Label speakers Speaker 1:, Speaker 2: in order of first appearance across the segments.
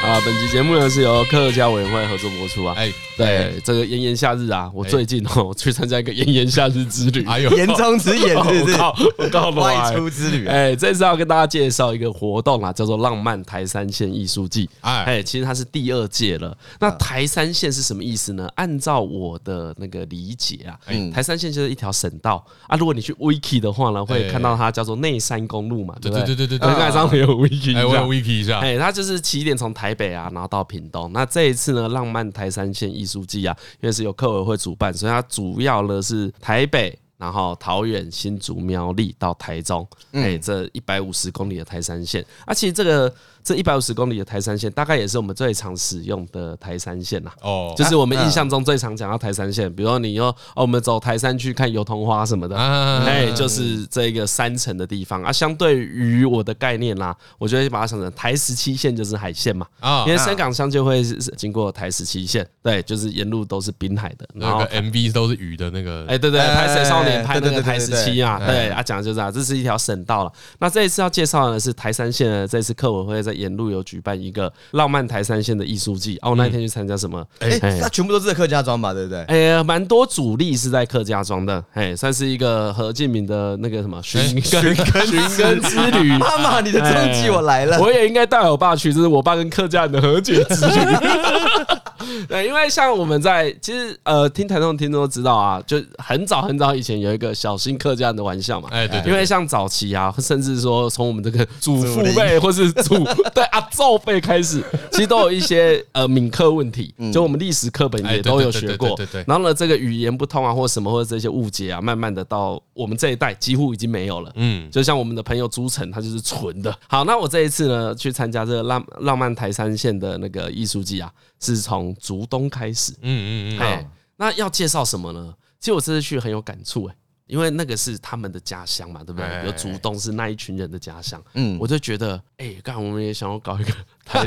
Speaker 1: 啊，本期节目呢是由客家委员会合作播出啊。
Speaker 2: 哎，
Speaker 1: 对，这个炎炎夏日啊，我最近哦、 去参加一个炎炎夏日之旅，
Speaker 2: 哎呦，
Speaker 3: 言中之眼是不是？
Speaker 1: 靠， 我靠，
Speaker 3: 外出之旅啊，
Speaker 1: 哎，这次要跟大家介绍一个活动啊，叫做“浪漫台三线艺术季”。
Speaker 2: 哎
Speaker 1: 哎，啊其实它是第二届了。那台三线是什么意思呢？按照我的那个理解啊，台三线就是一条省道啊。如果你去 Wiki 的话呢，会看到它叫做内山公路嘛，
Speaker 2: 对
Speaker 1: 不哎对
Speaker 2: 对对对对
Speaker 1: 刚才上面有 Wiki，
Speaker 2: 哎，我
Speaker 1: 这
Speaker 2: 有
Speaker 1: 样
Speaker 2: wiki 一下，
Speaker 1: 哎、它就是起点从台北啊，然后到屏东。那这一次呢，浪漫台山县艺术季啊，因为是由客委会主办，所以它主要呢是台北。然后桃园、新竹、苗栗到台中，哎、这一百五十公里的台山线，啊，其实这个这一百五十公里的台山线，大概也是我们最常使用的台山线啊啦、
Speaker 2: 哦，
Speaker 1: 就是我们印象中最常讲到台山线，比如说你说哦，我们走台山去看油桐花什么的，
Speaker 2: 啊
Speaker 1: 哎，就是这个山城的地方啊。相对于我的概念啦，我就会把它想成台十七线就是海线嘛，
Speaker 2: 啊
Speaker 1: 因，为深港乡就会是是经过台十七线，对，就是沿路都是滨海的，然
Speaker 2: 那
Speaker 1: 后
Speaker 2: 个 MV 都是雨的那个，
Speaker 1: 哎，对对，
Speaker 3: 哎
Speaker 1: 拍《谁少年》拍那个
Speaker 3: 对对对
Speaker 1: 台十七啊，
Speaker 2: 哎
Speaker 1: 对啊，讲的就是这样，这是一条省道了。那这一次要介绍的是台山县的，这次客委会在沿路有举办一个浪漫台山县的艺术季。哦，我那一天去参加什么？
Speaker 3: 哎，
Speaker 1: 哎
Speaker 3: 那全部都是客家庄吧，对 不对？
Speaker 1: 哎，蛮多主力是在客家庄的，哎，算是一个何敬敏的那个什么寻根寻根之旅。
Speaker 3: 妈妈，你的踪迹我来了。
Speaker 1: 我也应该带我爸去，这是我爸跟客家人的和解之旅。 对，因为像我们在其实呃，听台中的听众都知道啊，就很早很早以前有一个小心客家人的玩笑嘛。
Speaker 2: 哎对对
Speaker 1: 因为像早期啊，甚至说从我们这 个祖父
Speaker 3: 祖
Speaker 1: 辈或是祖 对阿祖辈开 始，其实都有一些呃闽客问题，
Speaker 3: 嗯
Speaker 1: 就我们历史课本
Speaker 2: 哎
Speaker 1: 也
Speaker 2: 对
Speaker 1: 都有
Speaker 2: 对对
Speaker 1: 学
Speaker 2: 对
Speaker 1: 过
Speaker 2: 对对对。
Speaker 1: 然后呢，这个语言不通啊，或什么或者这些误解啊，慢慢的到我们这一代几乎已经没有了。
Speaker 2: 嗯，
Speaker 1: 就像我们的朋友朱晨，他就是纯的。好，那我这一次呢，去参加这个浪浪漫台山县的那个艺术季啊，是从竹东开始。
Speaker 2: 嗯嗯嗯，
Speaker 1: 哎，那要介绍什么呢？其实我这次去很有感触哎、因为那个是他们的家乡嘛，对不
Speaker 2: 哎
Speaker 1: 对？有竹东是那一群人的家乡，
Speaker 3: 嗯
Speaker 1: 我就觉得，哎，干我们也想要搞一 个台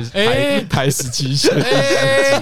Speaker 1: 台
Speaker 2: 哎
Speaker 1: 台十七线，
Speaker 3: 哎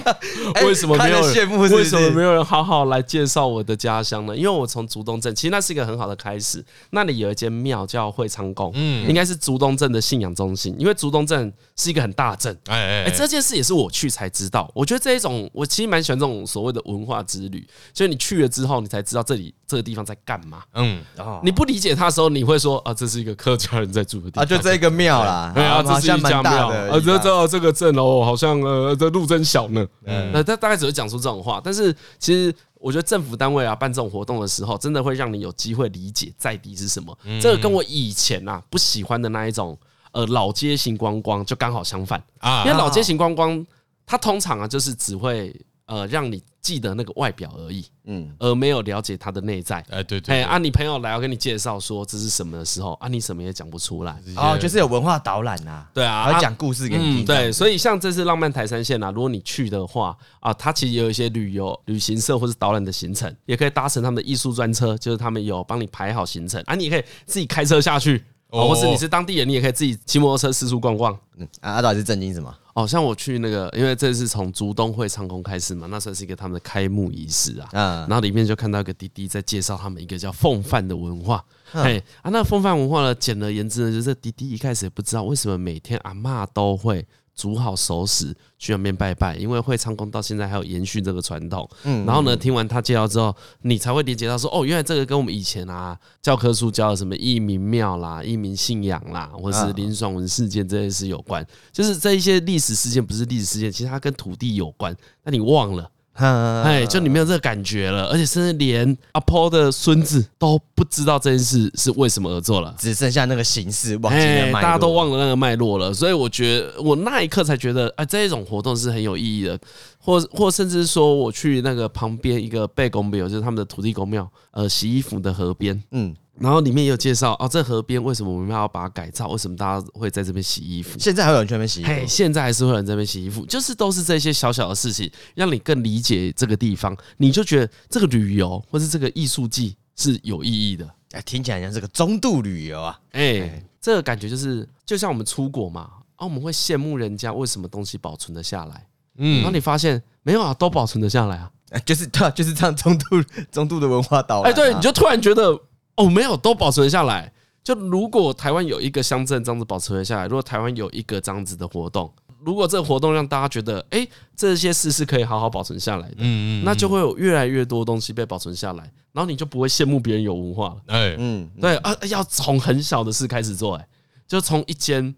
Speaker 1: 为什么没有人
Speaker 3: 看得羡慕是不
Speaker 1: 为
Speaker 3: 是
Speaker 1: 什么没有人好好来介绍我的家乡呢？因为我从竹东镇，其实那是一个很好的开始。那里有一间庙叫会昌宫，嗯，应该是竹东镇的信仰中心，因为竹东镇是一个很大的镇。
Speaker 2: 哎
Speaker 1: 哎、这件事也是我去才知道。我觉得这一种，我其实蛮喜欢这种所谓的文化之旅，就是你去了之后，你才知道这里这个地方在干嘛。
Speaker 2: 嗯，
Speaker 3: 哦
Speaker 1: 你不理解它的时候，你会说啊，这是一个客家人在住的地方
Speaker 3: 啊，就这个庙啦，
Speaker 1: 对啊，
Speaker 3: 好
Speaker 1: 这
Speaker 3: 好
Speaker 1: 是
Speaker 3: 像
Speaker 1: 一家
Speaker 3: 蛮
Speaker 1: 庙啊
Speaker 3: 大
Speaker 1: 这
Speaker 3: 的，这
Speaker 1: 这这个镇哦，好像呃这路真小呢。嗯那呃他大概只会讲出这种话，但是其实我觉得政府单位啊办这种活动的时候，真的会让你有机会理解在地是什么。这个跟我以前啊不喜欢的那一种呃老街型观光就刚好相反，
Speaker 2: 啊
Speaker 1: 因为老街型观光它通常啊就是只会呃让你记得那个外表而已，
Speaker 3: 嗯，
Speaker 1: 而没有了解它的内在。
Speaker 2: 哎对
Speaker 1: 哎
Speaker 2: 对，
Speaker 1: 啊，你朋友来我跟你介绍说这是什么的时候啊，你什么也讲不出来。
Speaker 3: 哦，就是有文化导览呐，
Speaker 1: 对啊
Speaker 3: 还
Speaker 1: 啊
Speaker 3: 会讲故事给你
Speaker 1: 嗯，
Speaker 3: 听，
Speaker 1: 对，所以像这次浪漫台山线啊，如果你去的话啊，它其实也有一些旅游旅行社或是导览的行程，也可以搭乘他们的艺术专车，就是他们有帮你排好行程啊，你也可以自己开车下去，哦、
Speaker 2: 哦
Speaker 1: 或是你是当地人，你也可以自己骑摩托车四处逛逛。
Speaker 3: 嗯啊，阿导是震惊什么？
Speaker 1: 哦，像我去那个，因为这是从竹东会唱功开始嘛，那算是一个他们的开幕仪式啊。
Speaker 3: 嗯
Speaker 1: 然后里面就看到一个滴滴在介绍他们一个叫凤范的文化。哎、啊，那凤范文化呢，简而言之呢，就是滴滴一开始也不知道为什么每天阿嬷都会。煮好熟食去那边拜拜，因为会唱功到现在还有延续这个传统。嗯，然后呢，听完他介绍之后，你才会理解到说，哦，原来这个跟我们以前啊教科书教的什么义民庙啦、义民信仰啦，或是林爽文事件这些事有关。就是这一些历史事件，不是历史事件，其实它跟土地有关，但你忘了。
Speaker 3: 嗯，
Speaker 1: 哎，就你没有这个感觉了，而且甚至连阿婆的孙子都不知道这件事是为什么而做了。
Speaker 3: 只剩下那个形式，忘记
Speaker 1: 哎大
Speaker 3: 了，脉
Speaker 1: 家都
Speaker 3: 络。
Speaker 1: 忘了那个脉络了，所以我觉得我那一刻才觉得，哎，这种活动是很有意义的，或或甚至说我去那个旁边一个贝公庙，就是他们的土地公庙，呃，洗衣服的河边，
Speaker 3: 嗯，
Speaker 1: 然后里面也有介绍哦，这河边为什么我们要把它改造，为什么大家会在这边洗衣服，
Speaker 3: 现在还有人去那边洗衣服
Speaker 1: 嘿，现在还是会有人在那边洗衣服，就是都是这些小小的事情，让你更理解这个地方，你就觉得这个旅游或是这个艺术季是有意义的。
Speaker 3: 哎，听起来像是个中度旅游啊。
Speaker 1: 哎、这个感觉就是，就像我们出国嘛，啊，我们会羡慕人家为什么东西保存得下来，然后
Speaker 2: 嗯，
Speaker 1: 你发现没有啊，都保存得下来啊，
Speaker 3: 哎 就是对啊，就是这样中度中度的文化导览
Speaker 1: 哎、
Speaker 3: 啊。
Speaker 1: 对，你就突然觉得哦，没有都保存下来。就如果台湾有一个乡镇这样子保存了下来，如果台湾有一个这样子的活动，如果这个活动让大家觉得，哎，这些事是可以好好保存下来的，
Speaker 2: 嗯嗯，
Speaker 1: 那就会有越来越多东西被保存下来，然后你就不会羡慕别人有文化了。
Speaker 2: 哎，
Speaker 3: 嗯，
Speaker 1: 对啊，要从很小的事开始做、哎，就从一间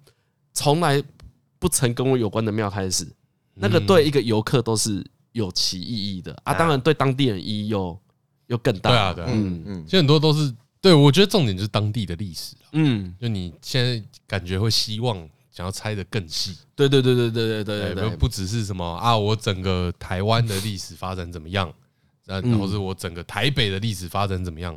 Speaker 1: 从来不曾跟我有关的庙开始，那个对一个游客都是有其意义的啊，当然对当地人意义又又更大。
Speaker 2: 对啊，对啊，
Speaker 1: 嗯
Speaker 3: 嗯
Speaker 2: 其实很多都是对我觉得重点就是当地的历史啊
Speaker 1: 嗯，
Speaker 2: 就你现在感觉会希望想要拆的更细，
Speaker 1: 对对对对对对对
Speaker 2: 不
Speaker 1: 对
Speaker 2: 不只是什么啊，我整个台湾的历史发展怎么样，然
Speaker 1: 嗯
Speaker 2: 后是我整个台北的历史发展怎么样，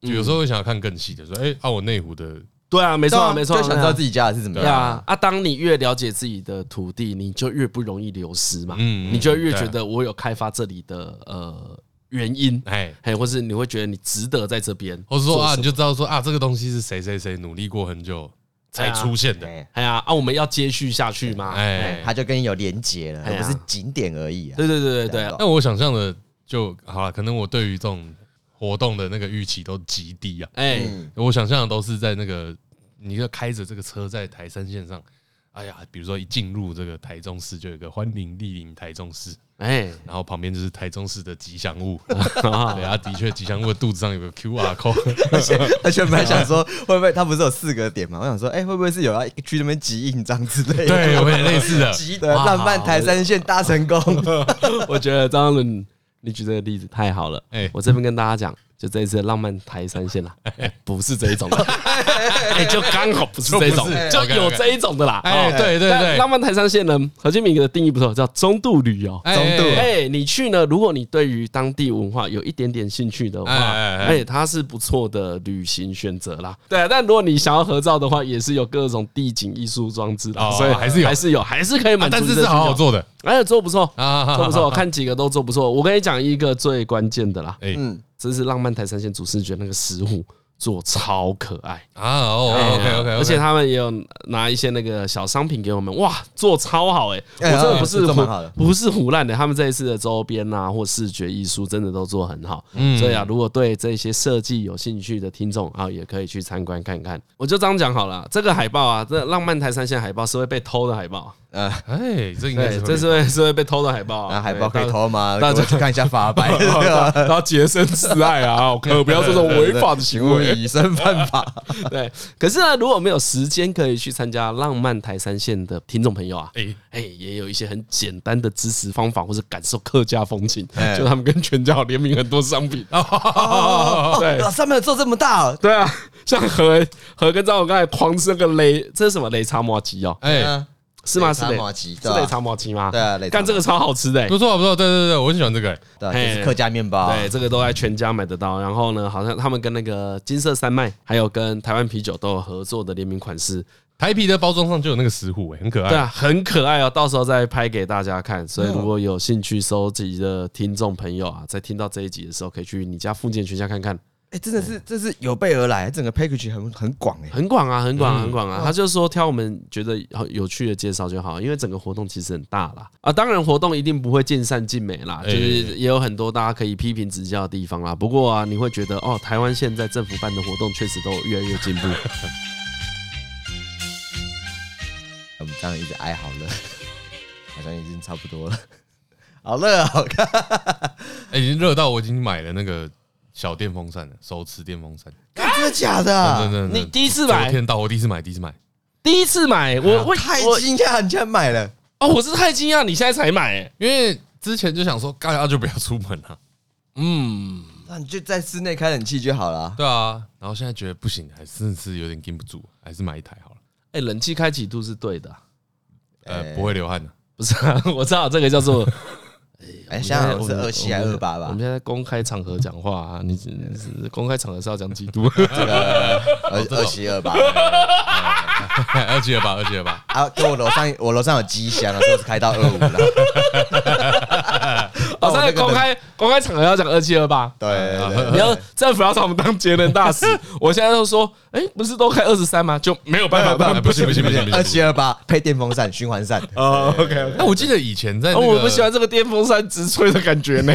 Speaker 1: 嗯
Speaker 2: 就有时候会想要看更细的，说哎，啊，我内湖的
Speaker 1: 对啊，没
Speaker 3: 没
Speaker 1: 错啊没错啊，
Speaker 3: 就想知道自
Speaker 1: 己。
Speaker 3: 己家的是怎么
Speaker 1: 对
Speaker 3: 样。
Speaker 1: 啊，啊，当你越了解自己的土地，你就越不容易流失嘛。
Speaker 2: 嗯
Speaker 1: 你就会越
Speaker 2: 对啊
Speaker 1: 觉得我有开发这里的呃原因，
Speaker 2: 哎，
Speaker 1: 嘿，或是你会觉得你值得在这边做
Speaker 2: 或者
Speaker 1: 什么。
Speaker 2: 说啊，你就知道说啊，这个东西是谁谁谁努力过很久才出现的，
Speaker 3: 哎
Speaker 1: 哎呀啊，我们要接续下去嘛。
Speaker 3: 哎
Speaker 2: 哎，
Speaker 3: 它就跟你有连结了，
Speaker 1: 哎呀
Speaker 3: 而不是景点而已啊。
Speaker 1: 对对对对对
Speaker 3: 对啊
Speaker 2: 那我想象的就好了，可能我对于这种活动的那个预期都极低啊。
Speaker 1: 哎、
Speaker 3: 嗯
Speaker 2: 我想象的都是在那个，你就开着这个车在台山线上，哎呀，比如说一进入这个台中市，就有一个欢迎莅临台中市，
Speaker 1: 哎，
Speaker 2: 然后旁边就是台中市的吉祥物，对啊，的确吉祥物的肚子上有个 QR code，
Speaker 3: 而且 而且本来想说，会不会它不是有四个点嘛？我想说，哎，会不会是有要去那边集印章之类的？
Speaker 2: 对，我也类似 的，
Speaker 3: 集的浪漫台山线大成功。
Speaker 1: 我觉得张伦你举这个例子太好了。哎、
Speaker 2: 哎
Speaker 1: 我这边跟大家讲，就这一次的浪漫台山线啦， 不是这一种的， 哎、就刚好不是这一种
Speaker 2: 就不是，
Speaker 1: 就
Speaker 2: OK，OK
Speaker 1: 有这一种的啦。
Speaker 2: 哎，
Speaker 1: 哦
Speaker 2: 对对
Speaker 1: 但
Speaker 2: 对，
Speaker 1: 浪漫台山线呢，何建明的定义不错，叫中度旅游。
Speaker 2: 哎
Speaker 3: 中度
Speaker 1: 哎、
Speaker 2: 哎
Speaker 1: 你去呢？如果你对于当地文化有一点点兴趣的话，
Speaker 2: 哎
Speaker 1: 哎
Speaker 2: 哎哎
Speaker 1: 它是不错的旅行选择啦。对啊，但如果你想要合照的话，也是有各种地景艺术装置的，
Speaker 2: 哦
Speaker 1: 所以
Speaker 2: 还是有
Speaker 1: 还是有，还是可以
Speaker 2: 啊
Speaker 1: 满足、
Speaker 2: 但是是好好，做的
Speaker 1: 哎，做不错，
Speaker 2: 啊，
Speaker 1: 做不错，我看几个都做不错。我跟你讲一个最关键的啦，
Speaker 2: 哎
Speaker 3: 嗯，
Speaker 1: 这是浪漫台三线主视觉那个石虎做超可爱。哎
Speaker 2: 啊哦，OK OK，
Speaker 1: 而且他们也有拿一些那个小商品给我们，哇，做超好哎、
Speaker 3: 哎
Speaker 1: 我真的不是
Speaker 3: 这蛮
Speaker 1: 胡
Speaker 3: 好的
Speaker 1: 不是胡乱的，他们这一次的周边啊或视觉艺术真的都做很好，
Speaker 2: 嗯
Speaker 1: 所以啊，如果对这些设计有兴趣的听众啊，也可以去参观看看。我就这样讲好了，这个海报啊，这浪漫台三线海报是会被偷的海报，
Speaker 3: 呃，
Speaker 2: 哎，这应该
Speaker 1: 对
Speaker 2: 是，
Speaker 1: 这是会是会被偷的海报啊，
Speaker 3: 那海报
Speaker 1: 对
Speaker 3: 可以。偷吗？
Speaker 1: 大
Speaker 3: 大
Speaker 1: 家
Speaker 3: 家去看一下法 白，
Speaker 1: 然后洁身自爱 啊，可不要这种违法的行
Speaker 3: 请勿
Speaker 1: 为。
Speaker 3: 以身犯 法。
Speaker 1: 对，可是呢，如果没有时间可以去参加浪漫台山线的听众朋友啊，
Speaker 2: 哎
Speaker 1: 哎、也有一些很简单的支持方法，或者感受客家风情，
Speaker 3: 哎
Speaker 1: 就他们跟全家有联名很多商品。
Speaker 2: 哎
Speaker 3: 哦，
Speaker 1: 对
Speaker 3: 哦上面有做这么大哦，
Speaker 1: 对啊，像何何跟张我刚才狂吃那个擂，这是什么擂茶麻鸡哦？
Speaker 2: 哎，
Speaker 3: 嗯
Speaker 1: 是吗？
Speaker 3: 擂
Speaker 1: 是
Speaker 3: 茶麻
Speaker 1: 擂
Speaker 3: 糬
Speaker 1: 是
Speaker 3: 对啊
Speaker 1: 擂茶麻鸡吗？
Speaker 3: 对啊擂茶
Speaker 1: 干这个超好吃的、欸
Speaker 2: 不错不错，对对对，我很喜欢这个，哎
Speaker 3: 对啊，
Speaker 1: 嘿
Speaker 3: 就是客家面包啊，
Speaker 1: 对，这个都在全家买得到。然后呢，好像他们跟那个金色山脉，还有跟台湾啤酒都有合作的联名款式，
Speaker 2: 台啤的包装上就有那个石虎，哎，很可
Speaker 1: 对
Speaker 2: 爱。
Speaker 1: 啊，很可爱哦，到时候再拍给大家看。所以如果有兴趣收集的听众朋友啊，在听到这一集的时候，可以去你家附近全家看看，
Speaker 3: 哎，真的是，这是有备而来，整个 package 很很广哎。
Speaker 1: 很广啊，很
Speaker 2: 嗯
Speaker 1: 广啊、很广啊。他就说挑我们觉得好有趣的介绍就好，因为整个活动其实很大啦。啊，当然活动一定不会尽善尽美啦，就
Speaker 2: 哎
Speaker 1: 是也有很多大家可以批评指教的地方啦。不过啊，你会觉得哦，台湾现在政府办的活动确实都越来越进步。
Speaker 3: 我们这样一直哀嚎了， 好像已经差不多了。 好热，好看。
Speaker 2: 哎，已经热到我已经买了那个小电风扇了，手持电风扇。
Speaker 3: 看真的假的
Speaker 2: 真
Speaker 3: 啊？
Speaker 2: 的，真的
Speaker 1: 你第一次
Speaker 2: 昨
Speaker 1: 买，
Speaker 2: 天到，我第一次买，第一次买。
Speaker 1: 第一次买，我我
Speaker 3: 太
Speaker 1: 我
Speaker 3: 惊讶，你竟然买了！
Speaker 1: 哦，我是太惊讶，你现在才买、欸，
Speaker 2: 因为之前就想说，干啊就不要出门了、
Speaker 1: 嗯。
Speaker 3: 那你就在室内开冷气就好了。
Speaker 2: 对啊，然后现在觉得不行，还真的是有点禁不住，还是买一台好了。
Speaker 1: 哎、冷气开几度是对的啊、
Speaker 2: 呃，
Speaker 3: 哎
Speaker 2: 不会流汗的、
Speaker 1: 不是、啊，我知道这个叫做
Speaker 3: 哎， 现在
Speaker 1: 我
Speaker 3: 是
Speaker 1: 们
Speaker 3: 二七还是二八
Speaker 1: 我
Speaker 3: 吧
Speaker 1: 们？现在公开场合讲话啊，你你公开场合是要讲几 度？哦
Speaker 3: 这个二二七二八
Speaker 2: 哎二七二八，二七 二八，
Speaker 3: 啊，跟我楼上我楼上有机箱啊，所以我是开到二五了。
Speaker 1: 哦，现在公开公开场合要讲二七二八。
Speaker 3: 对对对
Speaker 1: 你要政府要把我们当节能大 使，我现在就说，哎、不是都开二十三吗？就没有办法办。
Speaker 2: 哎不行不行不行不
Speaker 3: 二
Speaker 2: 行。
Speaker 3: 七二八配电风扇循环扇。
Speaker 1: 哦，OK OK。
Speaker 2: 哎那我记得以前在那
Speaker 1: 哦，
Speaker 2: 个，
Speaker 1: 我不喜欢这个电风扇直吹的感觉呢。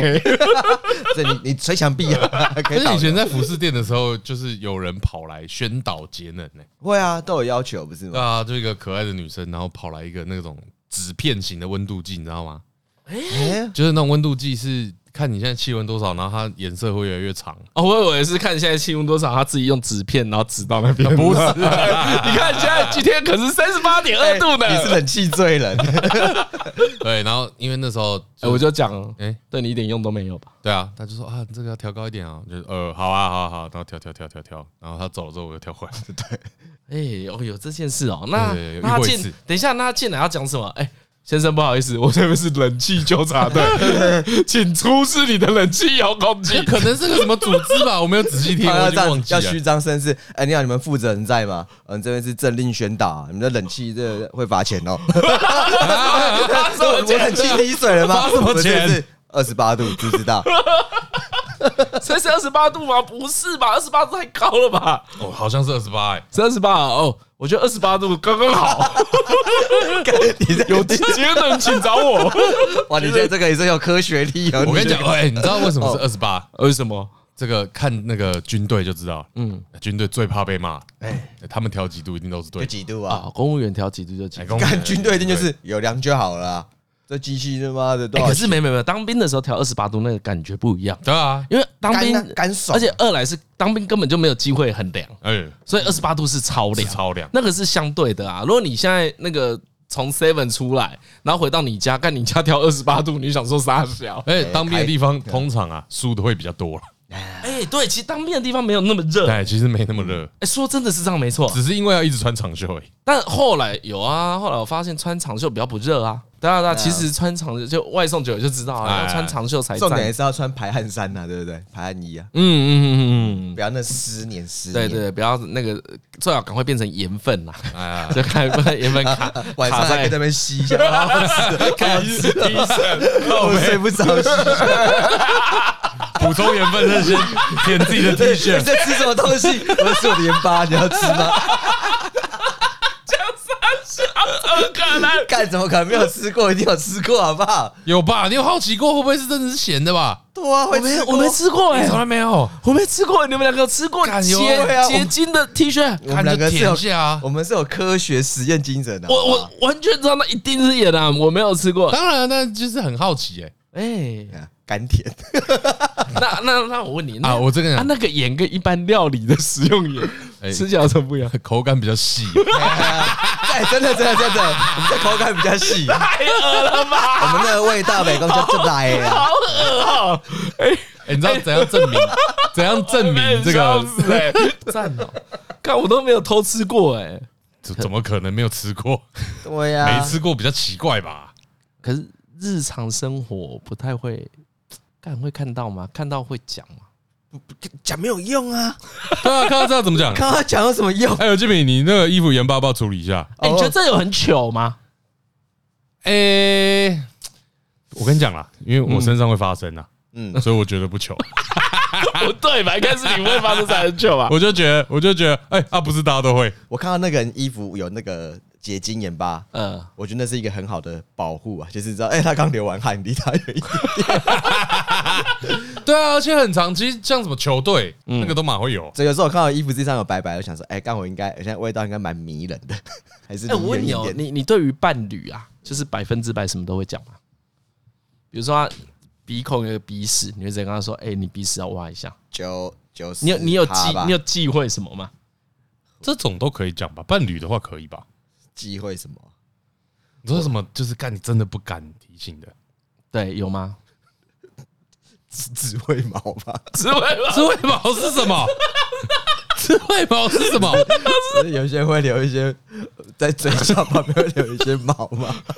Speaker 3: 这你你捶墙壁啊，可
Speaker 2: 可
Speaker 3: 以
Speaker 2: 是
Speaker 3: 倒
Speaker 2: 以
Speaker 3: 的。
Speaker 2: 前在服饰店的时候，就是有人跑来宣导节能呢、哎
Speaker 3: 会啊，都有要求不是
Speaker 2: 对
Speaker 3: 吗？
Speaker 2: 啊，就一个可爱的女生，然后跑来一个那种纸片型的温度计，你知道吗？
Speaker 3: 哎，
Speaker 2: 就是那种温度计是看你现在气温多少，然后它颜色会越来越长。
Speaker 1: 哦，我以为是看现在气温多少，他自己用纸片然后指到那边。
Speaker 2: 不是
Speaker 1: 你看现在今天可是三十八点二度呢。
Speaker 2: 哎
Speaker 1: 哎
Speaker 3: 你是冷气罪人，
Speaker 2: 对，然后因为那时候
Speaker 1: 哎我就讲，
Speaker 2: 哎
Speaker 1: 对你一点用都没有吧？
Speaker 2: 对啊，他就说啊，你这个要调高一点啊，就是呃，好啊，好啊好啊，然后调调调调调，然后他走了之后我又调回来，
Speaker 1: 哎、哦，有这件事哦。那
Speaker 2: 对对有
Speaker 1: 那他
Speaker 2: 遇过一
Speaker 1: 进
Speaker 2: 次，
Speaker 1: 等一下，那他进来要讲什么？哎、先生，不好意思，我这边是冷气纠察 队，请出示你的冷气遥控器
Speaker 2: 这。 可能是个什么组织吧，我没有仔 细听，
Speaker 3: 他
Speaker 2: 我
Speaker 3: 要
Speaker 2: 已
Speaker 3: 这
Speaker 2: 经忘
Speaker 3: 样
Speaker 2: 记
Speaker 3: 要
Speaker 2: 了。
Speaker 3: 虚张声势。哎，你好，你们负责人在吗？嗯，这边是政令宣导，你们的冷气这会罚钱哦。
Speaker 1: 他怎
Speaker 3: 我
Speaker 1: 啊么讲
Speaker 3: 冷气滴水了吗？
Speaker 2: 罚什么钱
Speaker 3: 是二十八度，知不知道？
Speaker 1: 这是二十八度吗？不是吧，二十八度太高了吧？
Speaker 2: 哦，好像是二十八哎，
Speaker 1: 是二十八哦，我觉得二十八度刚刚 好。
Speaker 3: 你这
Speaker 1: 有节能请找我。
Speaker 3: 哇，你觉得这个也是有科学力哦？
Speaker 2: 我跟你讲，哎，你知道为什么是二十八？
Speaker 1: 为什么？
Speaker 2: 这个看那个军队就知道，嗯，军队最怕被骂，哎，他们调几度一定都是
Speaker 3: 有
Speaker 2: 对的。
Speaker 3: 几度啊？
Speaker 1: 啊，公务员调几度就几
Speaker 2: 哎
Speaker 1: 度。
Speaker 2: 公
Speaker 3: 干军队一定就是有粮就好了啊，这机器他妈的多
Speaker 1: 哎、
Speaker 3: 少
Speaker 1: 可是没没没，当兵的时候调二十八度那个感觉不一样，
Speaker 2: 对啊，
Speaker 1: 因为当兵
Speaker 3: 干啊干爽
Speaker 1: 而且二来是当兵根本就没有机会很凉，
Speaker 2: 哎，
Speaker 1: 所以二十八度是超
Speaker 2: 是
Speaker 1: 凉，
Speaker 2: 超凉，
Speaker 1: 那个是相对的啊。如果你现在那个从 Seven 出来，然后回到你家，干你家调二十八度，你想说啥小？
Speaker 2: 而哎且当兵的地方通常啊输的会比较多了，
Speaker 1: 哎、对，其实当兵的地方没有那么热，哎、
Speaker 2: 哎，其实没那么热，
Speaker 1: 说真的是这样没错。
Speaker 2: 只是因为要一直穿长袖而已。
Speaker 1: 但后来有啊，后来我发现穿长袖比较不热啊。当然啦，其实穿长袖就外送久了就知道啊，
Speaker 2: 哎
Speaker 1: 要穿长袖才
Speaker 3: 重
Speaker 1: 赞
Speaker 3: 点还是要穿排汗衫呐、啊，对不对？排汗衣啊，
Speaker 1: 嗯嗯嗯嗯嗯，
Speaker 3: 不要那湿黏湿
Speaker 1: 对
Speaker 3: 黏。
Speaker 1: 对，不要那个，最好赶快变成盐分啦，
Speaker 2: 哎呀，
Speaker 1: 就看不然盐分卡
Speaker 3: 晚上
Speaker 1: 卡
Speaker 3: 还可以在那
Speaker 1: 在
Speaker 3: 边吸一下，然后
Speaker 1: 看医生。
Speaker 3: 我睡不着，吸一下
Speaker 2: 补充盐分那些，舔自己的 T
Speaker 3: 你在吃什么东西？我在吃我的盐巴，你要吃吗？ 干怎么可能没有吃过？一定有吃过，好不好？
Speaker 2: 有吧？你有好奇过会不会是真的是咸的吧？
Speaker 3: 对啊，会
Speaker 1: 我没
Speaker 3: 吃
Speaker 1: 有
Speaker 3: 过
Speaker 1: 我没，吃过哎、
Speaker 2: 从来没有，
Speaker 1: 我没吃过，你们两个有吃过
Speaker 2: 干
Speaker 1: 结
Speaker 2: 有对
Speaker 3: 啊我
Speaker 1: 结晶的 T 恤？
Speaker 3: 我们两个
Speaker 2: 看着
Speaker 3: 是有
Speaker 2: 舔一下啊
Speaker 3: 我们是有科学实验精神的。
Speaker 1: 我
Speaker 3: 好不好
Speaker 1: 我完全知道那一定是盐啊，我没有吃过。
Speaker 2: 当然，那就是很好奇哎、
Speaker 1: 哎、
Speaker 3: 啊甘甜，
Speaker 1: 那那那我问你那
Speaker 2: 啊！我这个
Speaker 1: 啊
Speaker 2: 人、
Speaker 1: 那个盐跟一般料理的食用盐
Speaker 2: 哎
Speaker 1: 吃起来有什么不一样？
Speaker 2: 口感比较细，
Speaker 3: 哎，真的真的真的，我们这口感比较细，
Speaker 1: 太恶了吧，
Speaker 3: 我们那个味道美工就就来了。
Speaker 1: 好恶哦！哎、
Speaker 2: 哎，你知道怎样 证明？怎样证明这
Speaker 1: 笑
Speaker 2: 个？
Speaker 1: 死哎，赞 哦！看我都没有偷吃过哎、
Speaker 2: 怎怎么可能没有吃过？
Speaker 3: 对啊呀，
Speaker 1: 啊
Speaker 2: 没吃过比较奇怪吧？
Speaker 1: 可是日常生活不太会，看会看到吗？看到会讲吗？
Speaker 3: 讲没有 用啊，
Speaker 2: 对啊，看到这样怎么讲？
Speaker 3: 刚刚讲有什么用？
Speaker 2: 哎，有俊敏，你那个衣服盐巴要不要处理一下？
Speaker 1: 哎、你觉得这有很糗吗？
Speaker 2: 哎，我跟你讲啦，因为我身上会发生啊，
Speaker 3: 嗯
Speaker 2: 嗯，所以我觉得不糗，
Speaker 1: 不对吧？应该是你会发生才很糗吧？
Speaker 2: 我就觉得，我就觉得，哎，啊，不是大家都会，
Speaker 3: 我看到那个人衣服有那个结晶盐巴，
Speaker 1: 呃，
Speaker 3: 我觉得那是一个很好的保护啊，就是知道，哎、他刚流完汗，离他远一点。
Speaker 2: 对啊，而且很长，其实像什么球队
Speaker 3: 嗯
Speaker 2: 那个都蛮会有，
Speaker 3: 所以有时候我看到衣服身上有白白，我想说，哎、刚我应该，我现在味道应该蛮迷人的， 还是
Speaker 1: 哎、
Speaker 3: 离
Speaker 1: 我问
Speaker 3: 远一
Speaker 1: 你哦，
Speaker 3: 点。
Speaker 1: 你你对于伴侣啊，就是百分之百什么都会讲吗？比如说他鼻孔有个鼻屎，你会直接跟他说：“哎、你鼻屎要挖一下。
Speaker 3: 九九十
Speaker 1: 你”有你有忌
Speaker 3: 趴吧
Speaker 1: 你有忌讳什么吗？
Speaker 2: 这种都可以讲吧？伴侣的话可以吧？
Speaker 3: 机会什么？
Speaker 2: 你说什么？就是干你真的不敢提醒的，
Speaker 1: 对，有吗？
Speaker 3: 只只会毛吧？
Speaker 1: 只会吗？
Speaker 2: 智慧毛 是什么？ 智慧毛是什 么？
Speaker 3: 所以有些会留一些在嘴角旁边会留一些毛嘛？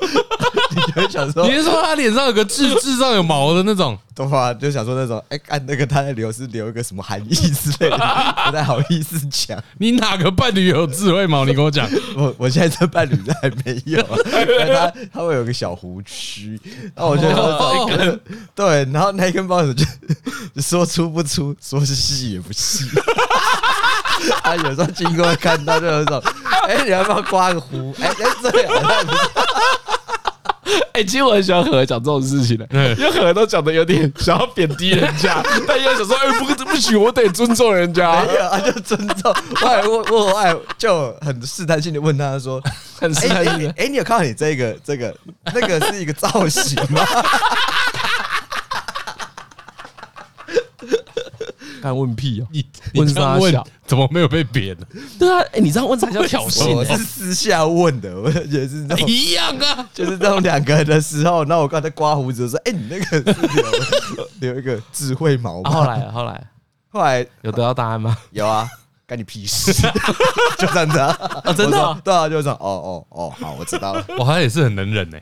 Speaker 3: 你就会想说
Speaker 2: 你，是说他脸上有个痣，痣上有毛的那种？
Speaker 3: 的话就想说那种，哎、按那个他在留是留一个什么含义之类的，不太好意思讲。
Speaker 2: 你哪个伴侣有智慧毛？你跟我讲，
Speaker 3: 我我现在这伴侣还没有，但他他会有个小胡须，然后我就
Speaker 2: 哦
Speaker 3: 说这个 对，然后那一根棒子就就说粗不粗，说是 细也不细。他有时候经过看到就有一种，哎、你要不要刮个胡？哎、哎、这个好像不
Speaker 1: 哎、其实我很喜欢何讲这种事情的、因为何都讲的有点想要贬低人家，但又想说，哎、不不行，我得尊重人家，
Speaker 2: 哎
Speaker 3: 没有，他就尊重。我还问，我还就很试探性的问他说：“
Speaker 1: 很
Speaker 3: 哎
Speaker 1: 是
Speaker 3: 哎
Speaker 1: 很
Speaker 3: 哎哎，你有看到你这个这个那个是一个造型吗
Speaker 1: 看问屁哦、
Speaker 2: 你你
Speaker 1: 问
Speaker 2: 这样
Speaker 1: 傻
Speaker 2: 问
Speaker 1: 小
Speaker 2: 怎么没有被 扁呢？
Speaker 1: 对啊，哎、你这样问才叫挑？”衅、
Speaker 3: 我
Speaker 1: 欸
Speaker 3: 是私下问的，我也是那种
Speaker 2: 一样啊，
Speaker 3: 就是这种两个人的时候，那我刚才刮胡子说：“哎，你那个是留留一个智慧毛
Speaker 1: 啊后
Speaker 3: 吗
Speaker 1: 来后来？”
Speaker 3: 后来
Speaker 1: 有得到答案吗？
Speaker 3: 有啊，干你屁事， 就这样 子啊，
Speaker 1: 啊真的
Speaker 3: 我
Speaker 1: 啊
Speaker 3: 说对啊，就这样，哦哦哦，好，我知道 了，
Speaker 2: 哇，他也是很能忍呢，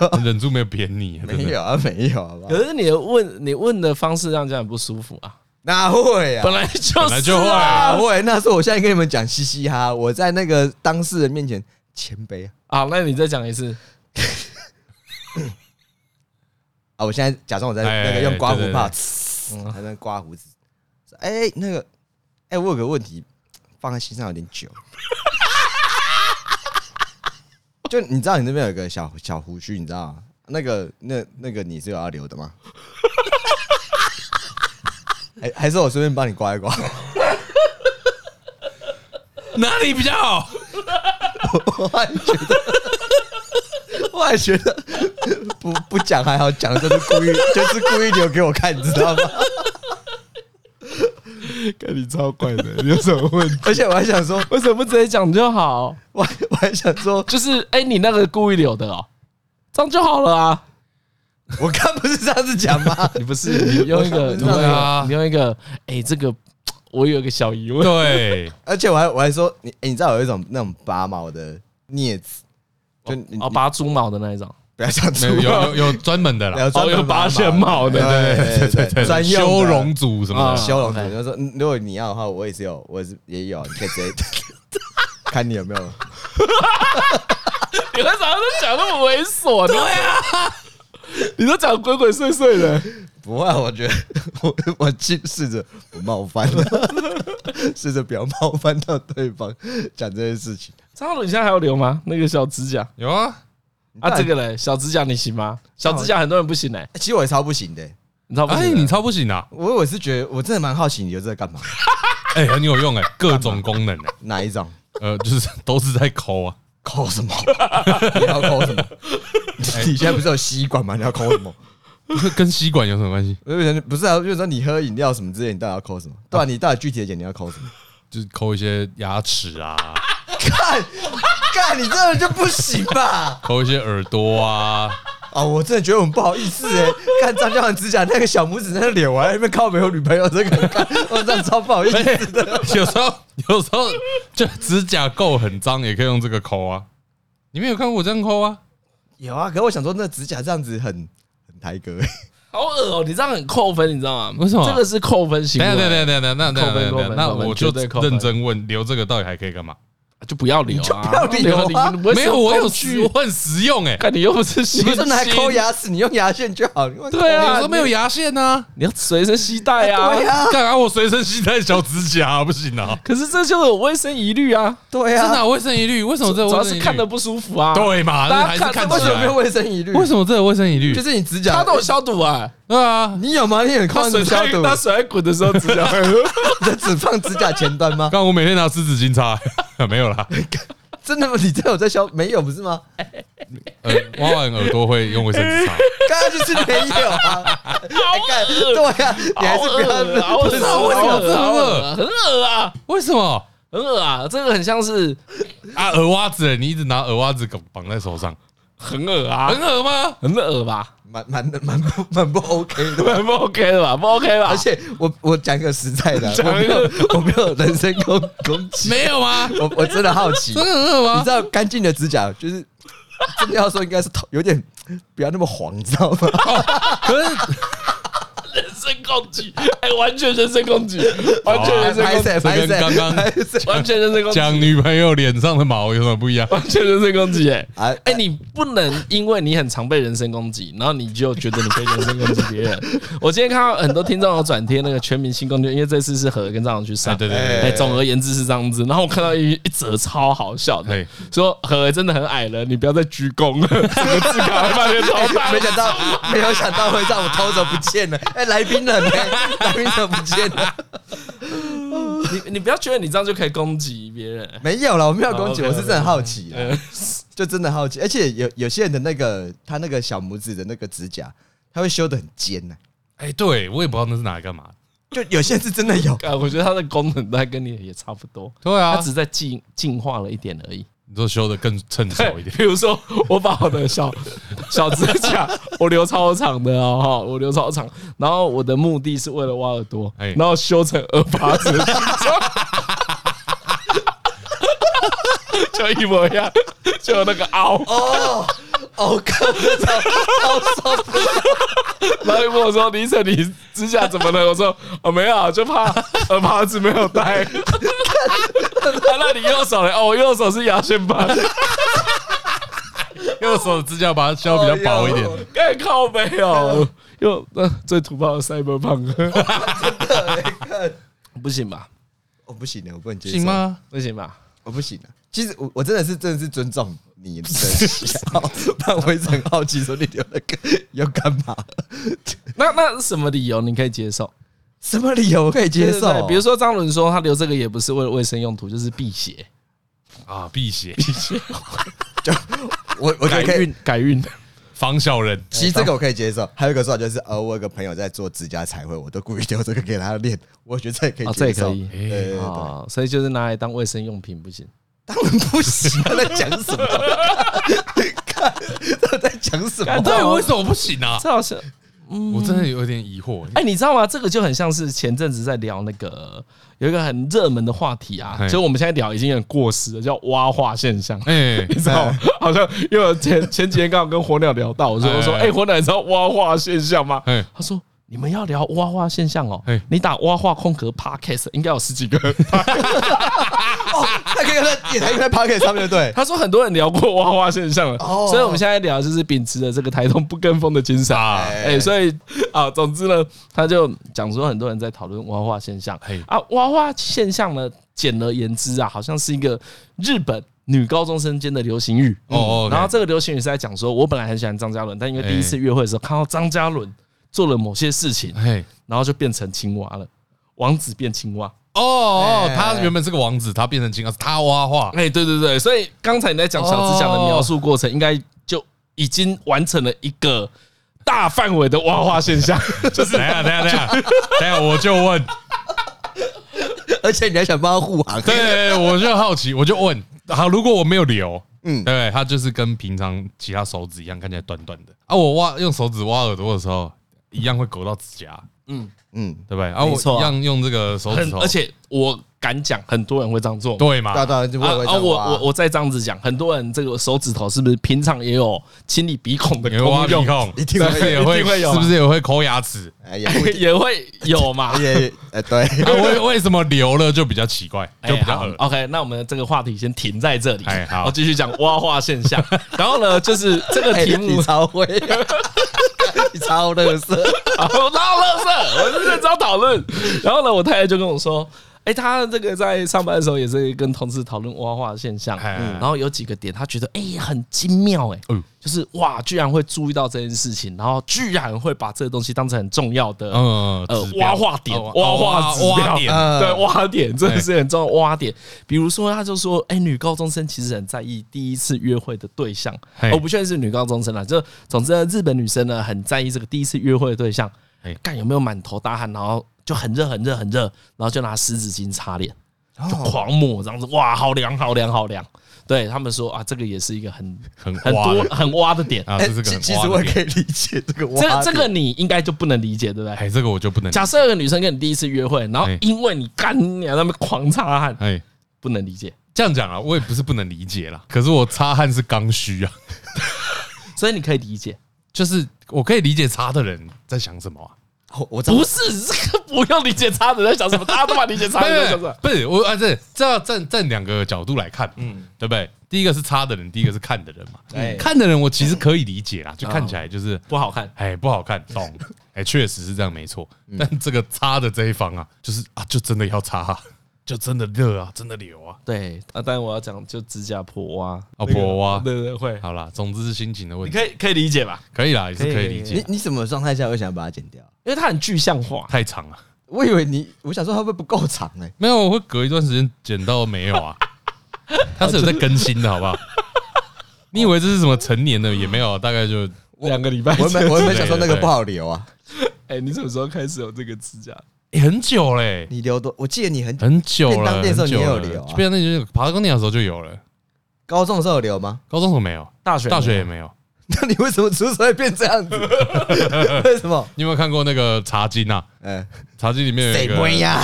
Speaker 1: 欸
Speaker 2: 忍住没有扁你，真
Speaker 3: 没
Speaker 2: 的。
Speaker 3: 有啊，没有，好吧，
Speaker 1: 可是你的问你问的方式让人家很不舒服啊，
Speaker 3: 哪会啊
Speaker 1: 本？来就是、啊，
Speaker 2: 本来就会
Speaker 3: 哪会？啊那是我现在跟你们讲嘻嘻哈，我在那个当事人面前谦卑啊，
Speaker 1: 好，那你再讲一次，
Speaker 3: 啊，我现在假装我在
Speaker 2: 哎
Speaker 3: 那个用刮胡
Speaker 2: 对对
Speaker 3: 泡，
Speaker 2: 对
Speaker 3: 呲嗯还在那刮胡子，说哎，那个，哎，我有个问题放在心上有点久。 就你知道你那边有个小小胡须，你知道吗那个那那个你是有要留的吗？ 还还是我随便帮你刮一刮？
Speaker 2: 哪里比较好？
Speaker 3: 我还觉得，我还觉得不不讲还好，讲就是故意，就是故意留给我看，你知道吗？
Speaker 1: 看你超怪的，你有什么问题？
Speaker 3: 而且我还想说，
Speaker 1: 为什么不直接讲就好？
Speaker 3: 我还我还想说，
Speaker 1: 就是哎、你那个故意留的哦，这样就好了啊。
Speaker 3: 我刚不是这样子讲吗？
Speaker 1: 你不是你用一个，你用一
Speaker 2: 对
Speaker 1: 个
Speaker 2: 啊，
Speaker 1: 你用一个，哎、这个我有一个小疑问，
Speaker 2: 对，
Speaker 3: 而且我还我还说，你、欸你知道有一种那种拔毛的镊子，就你,、
Speaker 1: 哦，拔猪毛的那一种，
Speaker 3: 不要讲出
Speaker 2: 没有有有有专门的啦，
Speaker 3: 专门
Speaker 1: 哦有拔
Speaker 3: 毛
Speaker 1: 线毛的
Speaker 3: 对对对对对，专用的
Speaker 2: 修容组什么
Speaker 1: 啊
Speaker 2: 的，
Speaker 3: 修容的。
Speaker 1: OK
Speaker 3: 就说，嗯如果你要的话，我也是有，我也是也有，你可以直接看你有没有。
Speaker 1: 你为啥都讲那么猥琐呢？对啊， 你都讲鬼鬼祟祟的，
Speaker 3: 不会啊，我觉得我我尽试着不冒犯， 试着不要冒犯到对方，讲这件事情。
Speaker 1: 张翰，你现在还有留吗？那个小指甲
Speaker 2: 有啊，
Speaker 1: 啊，
Speaker 3: 那
Speaker 1: 这个嘞，小指甲你行吗？小指甲很多人不行嘞、
Speaker 3: 欸其实我也超不行的欸、
Speaker 1: 你知道不
Speaker 2: 哎，
Speaker 1: 行
Speaker 2: 你
Speaker 1: 的？
Speaker 2: 超不行啊，
Speaker 3: 我我是觉得我真的蛮好奇你留这个干嘛？
Speaker 2: 哎，很有用哎，各种 功能哎，
Speaker 3: 哪一种？
Speaker 2: 呃，就是 都是在抠啊，
Speaker 3: 抠什么？ 你要抠什么？你现在不是有吸管吗？你要抠什 么？
Speaker 2: 跟吸管有什么关系？
Speaker 3: 我就觉得不是啊，就是说你喝饮料什么之类，你到底要抠什么？对啊，你到底具体的讲你要抠什 么？
Speaker 2: 就是抠一些牙齿啊，
Speaker 3: 看，看你这人就不行吧？
Speaker 2: 抠一些耳朵啊，
Speaker 3: 啊，我真的觉得我很不好意思哎、看张嘉恒指甲那个小拇指那个脸，我还在那边靠没有女朋友这个，看我真的超不好意思 的。
Speaker 2: 有时候有时候就指甲垢很脏，也可以用这个抠啊。你没有看过我这样抠啊？
Speaker 3: 有啊，可是我想说，那指甲这样子很很抬格、欸，
Speaker 1: 好恶哦、你这样很扣分，你知道吗？
Speaker 2: 为什么
Speaker 1: 这个是扣分行
Speaker 2: 等
Speaker 1: 为，
Speaker 2: 一下等一下等一下等一下等一下等一下等一下，啊那我
Speaker 1: 扣分扣分扣分绝
Speaker 2: 就
Speaker 1: 对扣分
Speaker 2: 认真问，留这个到底还可以干嘛？
Speaker 1: 就不要留、啊，
Speaker 3: 你就不要留啊
Speaker 1: 你你不会
Speaker 2: 没有，我有
Speaker 1: 生
Speaker 2: 实
Speaker 1: 气
Speaker 2: 我很实用哎、
Speaker 1: 看你又不是
Speaker 3: 你
Speaker 1: 新
Speaker 3: 不是拿来
Speaker 1: 星
Speaker 3: 抠，牙齿，你用牙线就好。你为什么
Speaker 1: 对啊
Speaker 2: 有时候没有牙线呢、
Speaker 1: 你要随身携带 啊。
Speaker 3: 对啊，
Speaker 2: 干嘛我随身携带小指甲、啊、不行 啊？
Speaker 1: 可是这就有卫生疑虑啊，
Speaker 3: 对
Speaker 2: 这哪
Speaker 3: 啊，
Speaker 2: 有卫生疑虑？为什么这
Speaker 1: 主
Speaker 2: 有
Speaker 1: 要
Speaker 2: 卫生
Speaker 1: 是
Speaker 2: 疑虑
Speaker 1: 看的不舒服啊。，
Speaker 2: 对嘛？
Speaker 1: 大
Speaker 2: 那
Speaker 1: 家
Speaker 2: 还是
Speaker 1: 看
Speaker 2: 看
Speaker 1: 这
Speaker 3: 啊为
Speaker 2: 出
Speaker 3: 什么没
Speaker 2: 来
Speaker 3: 有。卫生疑虑？
Speaker 2: 为什么这有卫生疑虑？
Speaker 3: 就是你指甲，
Speaker 1: 他都有消毒啊，
Speaker 2: 对啊，
Speaker 3: 你有吗？你很
Speaker 1: 他
Speaker 3: 靠
Speaker 1: 水
Speaker 3: 什消
Speaker 1: 在
Speaker 3: 毒？
Speaker 1: 他水在滚的时候指甲 会，
Speaker 3: 这只放指甲前 端吗？
Speaker 2: 刚我每天拿湿纸巾擦、 没有啦。
Speaker 3: 真的吗？你真的有在消？没有不是吗？
Speaker 2: 呃，挖完耳朵会用卫生纸擦。
Speaker 3: 刚刚就是没 有啊！哎干对呀、你还是不要
Speaker 1: 恶啊，我
Speaker 3: 不是
Speaker 1: 操，为什么这么恶？
Speaker 2: 恶
Speaker 1: 很恶啊，
Speaker 2: 为什么？
Speaker 1: 很恶啊，这个很像是
Speaker 2: 啊，耳挖子，你一直拿耳挖子绑在手上，
Speaker 1: 很恶啊
Speaker 2: 很，恶吗？
Speaker 1: 很恶吧？
Speaker 3: 蛮蛮蛮不蛮不 OK 的。
Speaker 1: 不 OK 的吧？不 OK 吧
Speaker 3: 而？且我我讲个实在的啊，我
Speaker 1: 讲
Speaker 3: 没
Speaker 1: 一
Speaker 3: 有
Speaker 1: 个
Speaker 3: 我没有人身攻攻击，
Speaker 2: 没有 吗？
Speaker 3: 我我真的好奇，
Speaker 2: 真的
Speaker 3: 你
Speaker 2: 很恶吗
Speaker 3: 知？道干净的指甲就是真的要说应该是头有点不要那么黄，你知道吗？
Speaker 2: 可是
Speaker 1: 人生身攻击，哎、完全人身攻击，完全人身
Speaker 3: 拍
Speaker 1: 攻击，
Speaker 3: 谁
Speaker 2: 哦这
Speaker 3: 拍
Speaker 2: 跟
Speaker 3: 谁，
Speaker 2: 刚刚
Speaker 3: 拍谁
Speaker 1: 完全人身攻击，
Speaker 2: 讲女朋友脸上的毛有什么不一样？
Speaker 1: 完全人身攻击、哎。
Speaker 3: 啊
Speaker 1: 哎、你不能因为你很常被人身攻击，然后你就觉得你可以人身攻击别 人。我今天看到很多听众有转贴那个全明星攻击，因为这次是何跟张扬去上，
Speaker 2: 哎对对
Speaker 1: 哎、
Speaker 2: 对
Speaker 1: 总而言之是这样子。然后我看到一一则超好笑的
Speaker 2: 哎，
Speaker 1: 说何真的很矮了，你不要再鞠躬了，整个字卡 会发现超大。
Speaker 3: 没想到，没有想到会让我偷着不见了。哎、来宾 人呢、来宾人不见了，
Speaker 1: 你你不要觉得你这样就可以攻击别人、哎
Speaker 3: 没有了，我没有攻击，
Speaker 1: 哦，OK，OK，
Speaker 3: 我是真的很好奇啊，就真的好奇。而且有有些人的那个他那个小拇指的那个指甲，他会修的很尖呢、
Speaker 2: 哎，对我也不知道那是拿来干嘛的。
Speaker 3: 就有些人是真的有，
Speaker 1: 啊，我觉得它的功能大概跟你也差不多，
Speaker 2: 对
Speaker 1: 它
Speaker 2: 啊，
Speaker 1: 只在进进化了一点而已。
Speaker 2: 你说修的更趁手
Speaker 1: 对，
Speaker 2: 一点。
Speaker 1: 比如说我把我的小 小指甲，我留超长的哦，哈，我留超长，然后我的目的是为了挖耳朵，
Speaker 2: 哎
Speaker 1: 然后修成耳耙子的形状，就一模一样，就有那个凹。
Speaker 3: 哦，哦，看这种超受不了，
Speaker 1: 然后就问我说：“李晨，你指甲怎么了？”我说：“哦，没有啊，就怕耳耙子没有戴。”他那你右手嘞？哦，我右手是牙线棒，
Speaker 2: 右手指甲把它削比较薄一点。
Speaker 1: 更靠背哦。 又那最土炮的 cyberpunk，
Speaker 3: 看
Speaker 1: 不行吧？
Speaker 3: 我哦不行的，啊我不能接受，
Speaker 2: 行？吗？
Speaker 1: 不行吧？
Speaker 3: 我不行的。啊其实我我真的是真的是尊重你的喜 好，但我一直很好奇，说你留那个要干嘛？
Speaker 1: 那那是什么理由你可以接受？
Speaker 3: 什么理由我可以接
Speaker 1: 对对
Speaker 3: 受？
Speaker 1: 对比如说张伦说他留这个也不是为了卫生用途，就是辟邪、
Speaker 2: 啊，辟邪，
Speaker 3: 我我觉
Speaker 1: 改
Speaker 3: 得可以
Speaker 1: 运、改运的。
Speaker 2: 防小人。
Speaker 3: 其实这
Speaker 1: 哎
Speaker 3: 个我可以接受，还有一个说法就是，呃，我有个朋友在做指甲彩绘，我都故意留这个给他练，我觉得这也可以
Speaker 1: 哦这也
Speaker 3: 接受。
Speaker 1: 可以
Speaker 3: 对对对对
Speaker 1: 哦，所以就是拿来当卫生用品不行。
Speaker 3: 当然不行，他在讲什么？ 看他在讲什
Speaker 1: 干
Speaker 3: 么？
Speaker 2: 对，为什么不行啊？
Speaker 1: 这好像，
Speaker 2: 我真的有点疑惑。
Speaker 1: 哎，你知道吗？这个就很像是前阵子在聊那个有一个很热门的话题啊，
Speaker 2: 嘿
Speaker 1: 就我们现在聊已经很过时了，叫蛙化现象。
Speaker 2: 哎，
Speaker 1: 你知道吗？好像因为我前前几天刚好跟火鸟聊到，我说
Speaker 2: 哎
Speaker 1: 我说
Speaker 2: 哎
Speaker 1: 哎，火鸟你知道蛙化现象吗？
Speaker 2: 哎，
Speaker 1: 他说。你们要聊蛙化现象哦
Speaker 2: 哎，
Speaker 1: 你打蛙化空格 podcast 应该有十几个。
Speaker 3: 他可以在也台在 p o c k e t 上面对。
Speaker 1: 他说很多人聊过蛙化现象了，
Speaker 3: 哦
Speaker 1: 所以我们现在聊就是秉持着这个台东不跟风的精神啊。哎，所以啊，总之呢，他就讲说很多人在讨论蛙化现象
Speaker 2: 嘿
Speaker 1: 啊，蛙化现象呢，简而言之啊，好像是一个日本女高中生间的流行语。嗯
Speaker 2: 哦哦，OK
Speaker 1: 然后这个流行语是在讲说，我本来很喜欢张嘉伦，但因为第一次约会的时候看到张嘉伦做了某些事情，
Speaker 2: 哎，
Speaker 1: 然后就变成青蛙了，王子变青蛙。
Speaker 2: 哦哦
Speaker 3: 哎，
Speaker 2: 他原本是个王子，他变成青蛙，是他挖 化。
Speaker 1: 哎、对对对，所以刚才你在讲小指甲的
Speaker 2: 哦
Speaker 1: 描述过程，应该就已经完成了一个大范围的挖化现象。
Speaker 2: 就是等一下，等一下，等一下，等一下，我就问，
Speaker 3: 而且你还想帮他护航，
Speaker 2: 对，我就好奇，我就问，好，如果我没有留，
Speaker 3: 嗯
Speaker 2: 嗯，对，他就是跟平常其他手指一样，看起来短短的啊。我挖用手指挖耳朵的时候，一样会勾到指甲，
Speaker 3: 嗯，
Speaker 2: 对不对？啊，
Speaker 1: 没
Speaker 2: 我
Speaker 1: 错啊
Speaker 2: 一样用这个手指
Speaker 1: 很，
Speaker 2: 头，
Speaker 1: 而且我敢讲，很多人会这样做。
Speaker 2: 对嘛
Speaker 3: 对啊，对啊，就
Speaker 1: 啊
Speaker 3: 会
Speaker 1: 啊！我我
Speaker 3: 我，
Speaker 1: 我再这样子讲，很多人这个手指头是不是平常也有清理鼻孔的
Speaker 2: 也会挖
Speaker 1: 功
Speaker 2: 鼻
Speaker 1: 用？
Speaker 2: 孔，
Speaker 3: 一定会
Speaker 2: 是不是也
Speaker 1: 一定会有啊
Speaker 2: 会，是不是也会抠牙齿？
Speaker 3: 哎也不一定
Speaker 1: 也会有嘛？
Speaker 3: 也哎对，
Speaker 2: 啊，为为什么留了就比较 奇怪，就比
Speaker 1: 哎
Speaker 2: 较
Speaker 1: 好
Speaker 2: 恶
Speaker 1: OK，那我们这个话题先停在这里。
Speaker 2: 哎好
Speaker 1: 我继续讲蛙化现 象。然后呢，就是这个
Speaker 3: 哎
Speaker 1: 题
Speaker 3: 你
Speaker 1: 目
Speaker 3: 超会，你超乐色，
Speaker 1: 啊， 我闹乐色，我是认真讨论。然后呢，我太太就跟我说，哎、她这个在上班的时候也是跟同事讨论挖话的现象，
Speaker 2: 哎
Speaker 1: 嗯然后有几个点，她觉得哎、很精妙哎、
Speaker 2: 嗯
Speaker 1: 就是哇，居然会注意到这件事情，然后居然会把这个东西当成很重要的。
Speaker 2: 嗯，
Speaker 1: 呃
Speaker 2: 指，标
Speaker 1: 挖化点，
Speaker 2: 哦
Speaker 1: 挖化指
Speaker 2: 挖
Speaker 1: 标，
Speaker 2: 点，
Speaker 3: 嗯
Speaker 1: 对，挖点真的是很重要。挖点，比如说，他就说，哎，女高中生其实很在意第一次约会的对象。
Speaker 2: 嘿
Speaker 1: 哦我不确定是女高中生啦，就总之呢，日本女生呢很在意这个第一次约会的对象
Speaker 2: 嘿，
Speaker 1: 干有没有满头大汗，然后就很热很热很热，然后就拿湿纸巾擦脸，
Speaker 3: 哦
Speaker 1: 就狂抹这样子，哇，好凉好凉好凉。对他们说啊，这个也是一个很
Speaker 2: 很
Speaker 1: 很
Speaker 2: 挖
Speaker 1: 多
Speaker 2: 的
Speaker 1: 很挖的点。
Speaker 2: 啊，
Speaker 3: 哎
Speaker 2: 这是个
Speaker 3: 其
Speaker 2: 很
Speaker 3: 其
Speaker 2: 挖
Speaker 3: 实
Speaker 2: 的
Speaker 3: 我也
Speaker 2: 点
Speaker 3: 可以理解这个
Speaker 1: 这
Speaker 3: 挖点，
Speaker 1: 这个你应该就不能理解，对不对？
Speaker 2: 哎，这个我就不能理解，
Speaker 1: 假设有个女生跟你第一次约会，然后
Speaker 2: 哎
Speaker 1: 因为你干你啊娘在那边狂擦汗，
Speaker 2: 哎。
Speaker 1: 不能理解。
Speaker 2: 这样讲啊，我也不是不能理解啦。可是我擦汗是刚需啊，
Speaker 1: 所以你可以理解
Speaker 2: 就是我可以理解擦的人在想什么啊。
Speaker 3: 我我知道
Speaker 1: 不 是这个不用理解差的人在想什么，大家都把理解差的人在 想什么。
Speaker 2: 不是我啊，这这要站站两个角度来看，嗯，对不对？第一个是差的人，第一个是看的人嘛。
Speaker 3: 哎
Speaker 2: 看的人我其实可以理解啦，就看起来就是
Speaker 1: 不好看，
Speaker 2: 哎不好看，懂？哎，确实是这样，没错。但这个差的这一方啊，就是啊，就真的要差啊，就真的热啊，真的流啊，
Speaker 1: 对啊，当然我要讲就指甲破挖，
Speaker 2: 啊破挖。
Speaker 1: 对对会，
Speaker 2: 好啦，总之是心情的问
Speaker 1: 你
Speaker 2: 题，
Speaker 1: 可以可以理解吧？
Speaker 2: 可以啦，也是可以理
Speaker 3: 你
Speaker 2: 解。啊
Speaker 3: 你什么状态下会想把它剪掉？
Speaker 1: 因为它很具象化，
Speaker 2: 太长了，
Speaker 3: 我以为你，我想说它会不会不够长哎、
Speaker 2: 没有，我会隔一段时间剪到没有 啊，它是有在更新的好不好？你以为这是什么成年的也没有，啊大概就
Speaker 1: 两个礼拜
Speaker 3: 我
Speaker 1: 前。
Speaker 3: 原本我原本想说那个不好留啊，
Speaker 1: 哎，你什么时候开始有这个指甲？
Speaker 3: 哎
Speaker 2: 欸很久嘞、
Speaker 3: 你留多，我记得你很
Speaker 2: 很久
Speaker 3: 便
Speaker 2: 了，
Speaker 3: 当
Speaker 2: 很
Speaker 3: 店的时候
Speaker 2: 久
Speaker 3: 你也有
Speaker 2: 了
Speaker 3: 留啊
Speaker 2: 便当店就有，爬高电的时候就有了，
Speaker 3: 高中的时候有留吗？
Speaker 2: 高中时候没有，
Speaker 1: 大学
Speaker 2: 大学也没有。
Speaker 3: 那你为什么出生会变这样子？为什么？
Speaker 2: 你有没有看过那个茶经啊？
Speaker 3: 嗯，
Speaker 2: 茶经里面有一
Speaker 3: 不啊
Speaker 2: 个，
Speaker 3: 呀？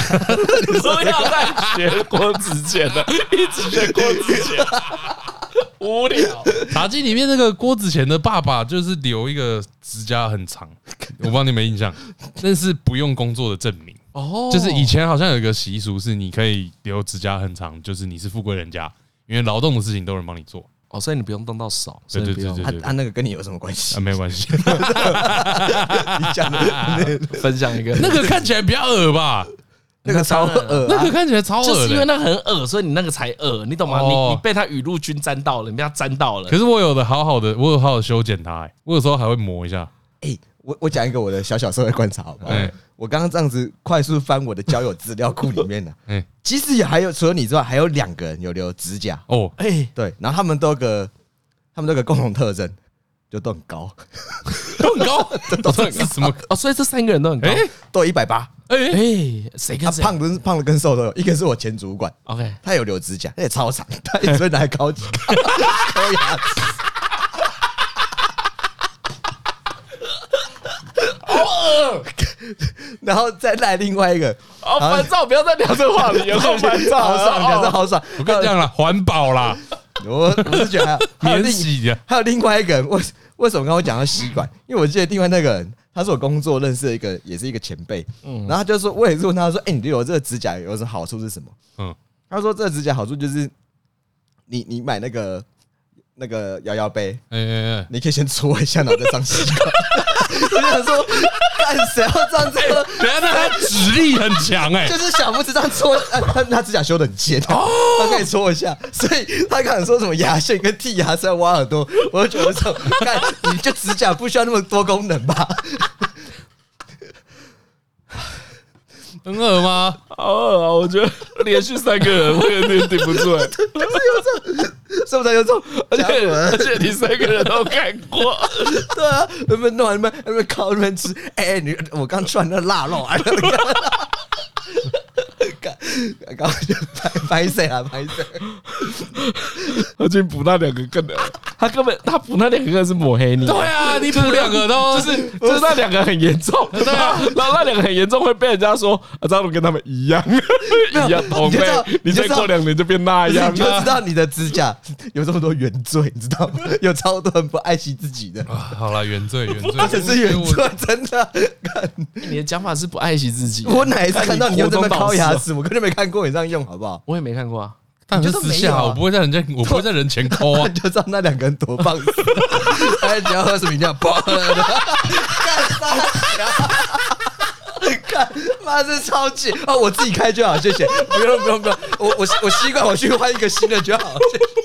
Speaker 1: 不要再学郭子健 了，一直学郭子健，无聊。
Speaker 2: 茶经里面那个郭子乾的爸爸就是留一个指甲很长，我不知道你有没有印象，那是不用工作的证明。
Speaker 1: 哦
Speaker 2: 就是以前好像有一个习俗是你可以留指甲很长，就是你是富贵人家，因为劳动的事情都有人帮你做
Speaker 1: 哦，所以你不用动到手，
Speaker 2: 对对对对
Speaker 3: 他啊他那个跟你有什么关系
Speaker 2: 啊，？没有关系。
Speaker 3: 你讲的
Speaker 1: 对，分享一个
Speaker 2: 那个看起来比较恶吧，
Speaker 3: 那个超 恶
Speaker 2: 那
Speaker 3: 啊
Speaker 2: 个！看起来超恶
Speaker 1: 就是因
Speaker 2: 的
Speaker 1: 为。那很恶，所以你那个才恶，你懂吗？
Speaker 2: 哦
Speaker 1: 你你被他雨露均沾到了，你被他沾到了
Speaker 2: 可。是我有的好好的，我有好好修剪它、欸，我有时候还会磨一下。
Speaker 3: 哎，我我讲一个我的小小社会观察好不好
Speaker 2: 哎？
Speaker 3: 我刚刚这样子快速翻我的交友资料库里面呢，
Speaker 2: 哎、
Speaker 3: 其实也还有除了你之外，还有两个人有留指甲，
Speaker 2: 哦，
Speaker 1: 哎，
Speaker 3: 对，然后他们都有个他们都有个共同特征，就都很高，
Speaker 2: 都很 高，都很高，什么？
Speaker 1: 哦，所以这三个人都很高。
Speaker 2: 哎
Speaker 3: 都一百八，
Speaker 2: 哎，
Speaker 1: 哎，谁
Speaker 3: 他
Speaker 1: 跟谁
Speaker 3: 胖跟胖的跟瘦都有，一个是我前主管，
Speaker 1: ？OK，
Speaker 3: 他有留指甲，那也超长，他一直会拿来高级 抠牙 齿。 然后再来另外一个，
Speaker 1: 哦，
Speaker 3: 啊
Speaker 1: 烦躁，不要再聊 这个话题了，好烦躁，
Speaker 3: 好爽，讲的好爽。
Speaker 2: 啊哦我跟你讲啦，环保 啦，
Speaker 3: 我我是觉得还有还有
Speaker 2: 免
Speaker 3: 另
Speaker 2: 洗的，
Speaker 3: 还有另外一个人，为为什么刚刚我讲到吸管？因为我记得另外那个人，他是我工作认识的一个，也是一个前辈。然后他就说，我也是问他说，哎、你留这个指甲有什么好处是什么？
Speaker 2: 嗯，
Speaker 3: 他说这个指甲好处就是你你买那个那个摇摇杯，
Speaker 2: 哎哎哎，
Speaker 3: 你可以先搓一下，然后再上吸管。我想说，干谁要这样子？
Speaker 2: 等一下，那它指力很强哎
Speaker 3: 就，是小拇指这样搓，呃他他指甲修的很尖，
Speaker 1: 哦
Speaker 3: 他可以搓一下，所以他刚才说什么牙线跟剔牙是要挖很多，我就觉得说，干你就指甲不需要那么多功能吧？
Speaker 2: 很恶吗？
Speaker 1: 好恶啊！我觉得连续三个人，我有点顶不住哎。
Speaker 3: 是不是有这种？
Speaker 1: 而且而且你三个人都看过，
Speaker 3: 对啊，那边弄完那边那边烤那边吃，哎、哎你我刚吃完那腊肉，哎， 干刚刚就拍拍谁啊？拍谁？
Speaker 1: 他去补那两个更恶，他根本他补那两个是抹黑你。
Speaker 2: 对啊，你补两个都是
Speaker 1: 就是那两个很严重， 对
Speaker 2: 啊
Speaker 1: 然后那两个很严重会被人家说啊，张鲁跟他们一样， 一样同
Speaker 3: 你就
Speaker 1: 辈
Speaker 3: 知道，
Speaker 1: 你再
Speaker 3: 你就知道
Speaker 1: 过两年就变那
Speaker 3: 不是
Speaker 1: 样
Speaker 3: 你就知
Speaker 1: 了。
Speaker 3: 道你的指甲有这么多原罪，你知道吗？有超多人不爱惜自己
Speaker 1: 哦
Speaker 3: 的，
Speaker 2: 啊，好啦，原罪 原罪，
Speaker 3: 而且是原罪，真的。干
Speaker 1: 你的讲法是不爱惜自己，
Speaker 3: 我哪一次看到你用这么
Speaker 1: 高
Speaker 3: 抠牙？齿？我根本没看过你这样用，好不好？
Speaker 1: 我也没看过啊。
Speaker 2: 但是私下我不会在人家，我不会在人 前抠啊
Speaker 3: 你，就知道那两个人多棒，他只要喝什么饮料，爆了，干妈这超级哦！我自己开就好，谢谢，不用不用不用，我我我习惯我去换一个新的就好，谢谢。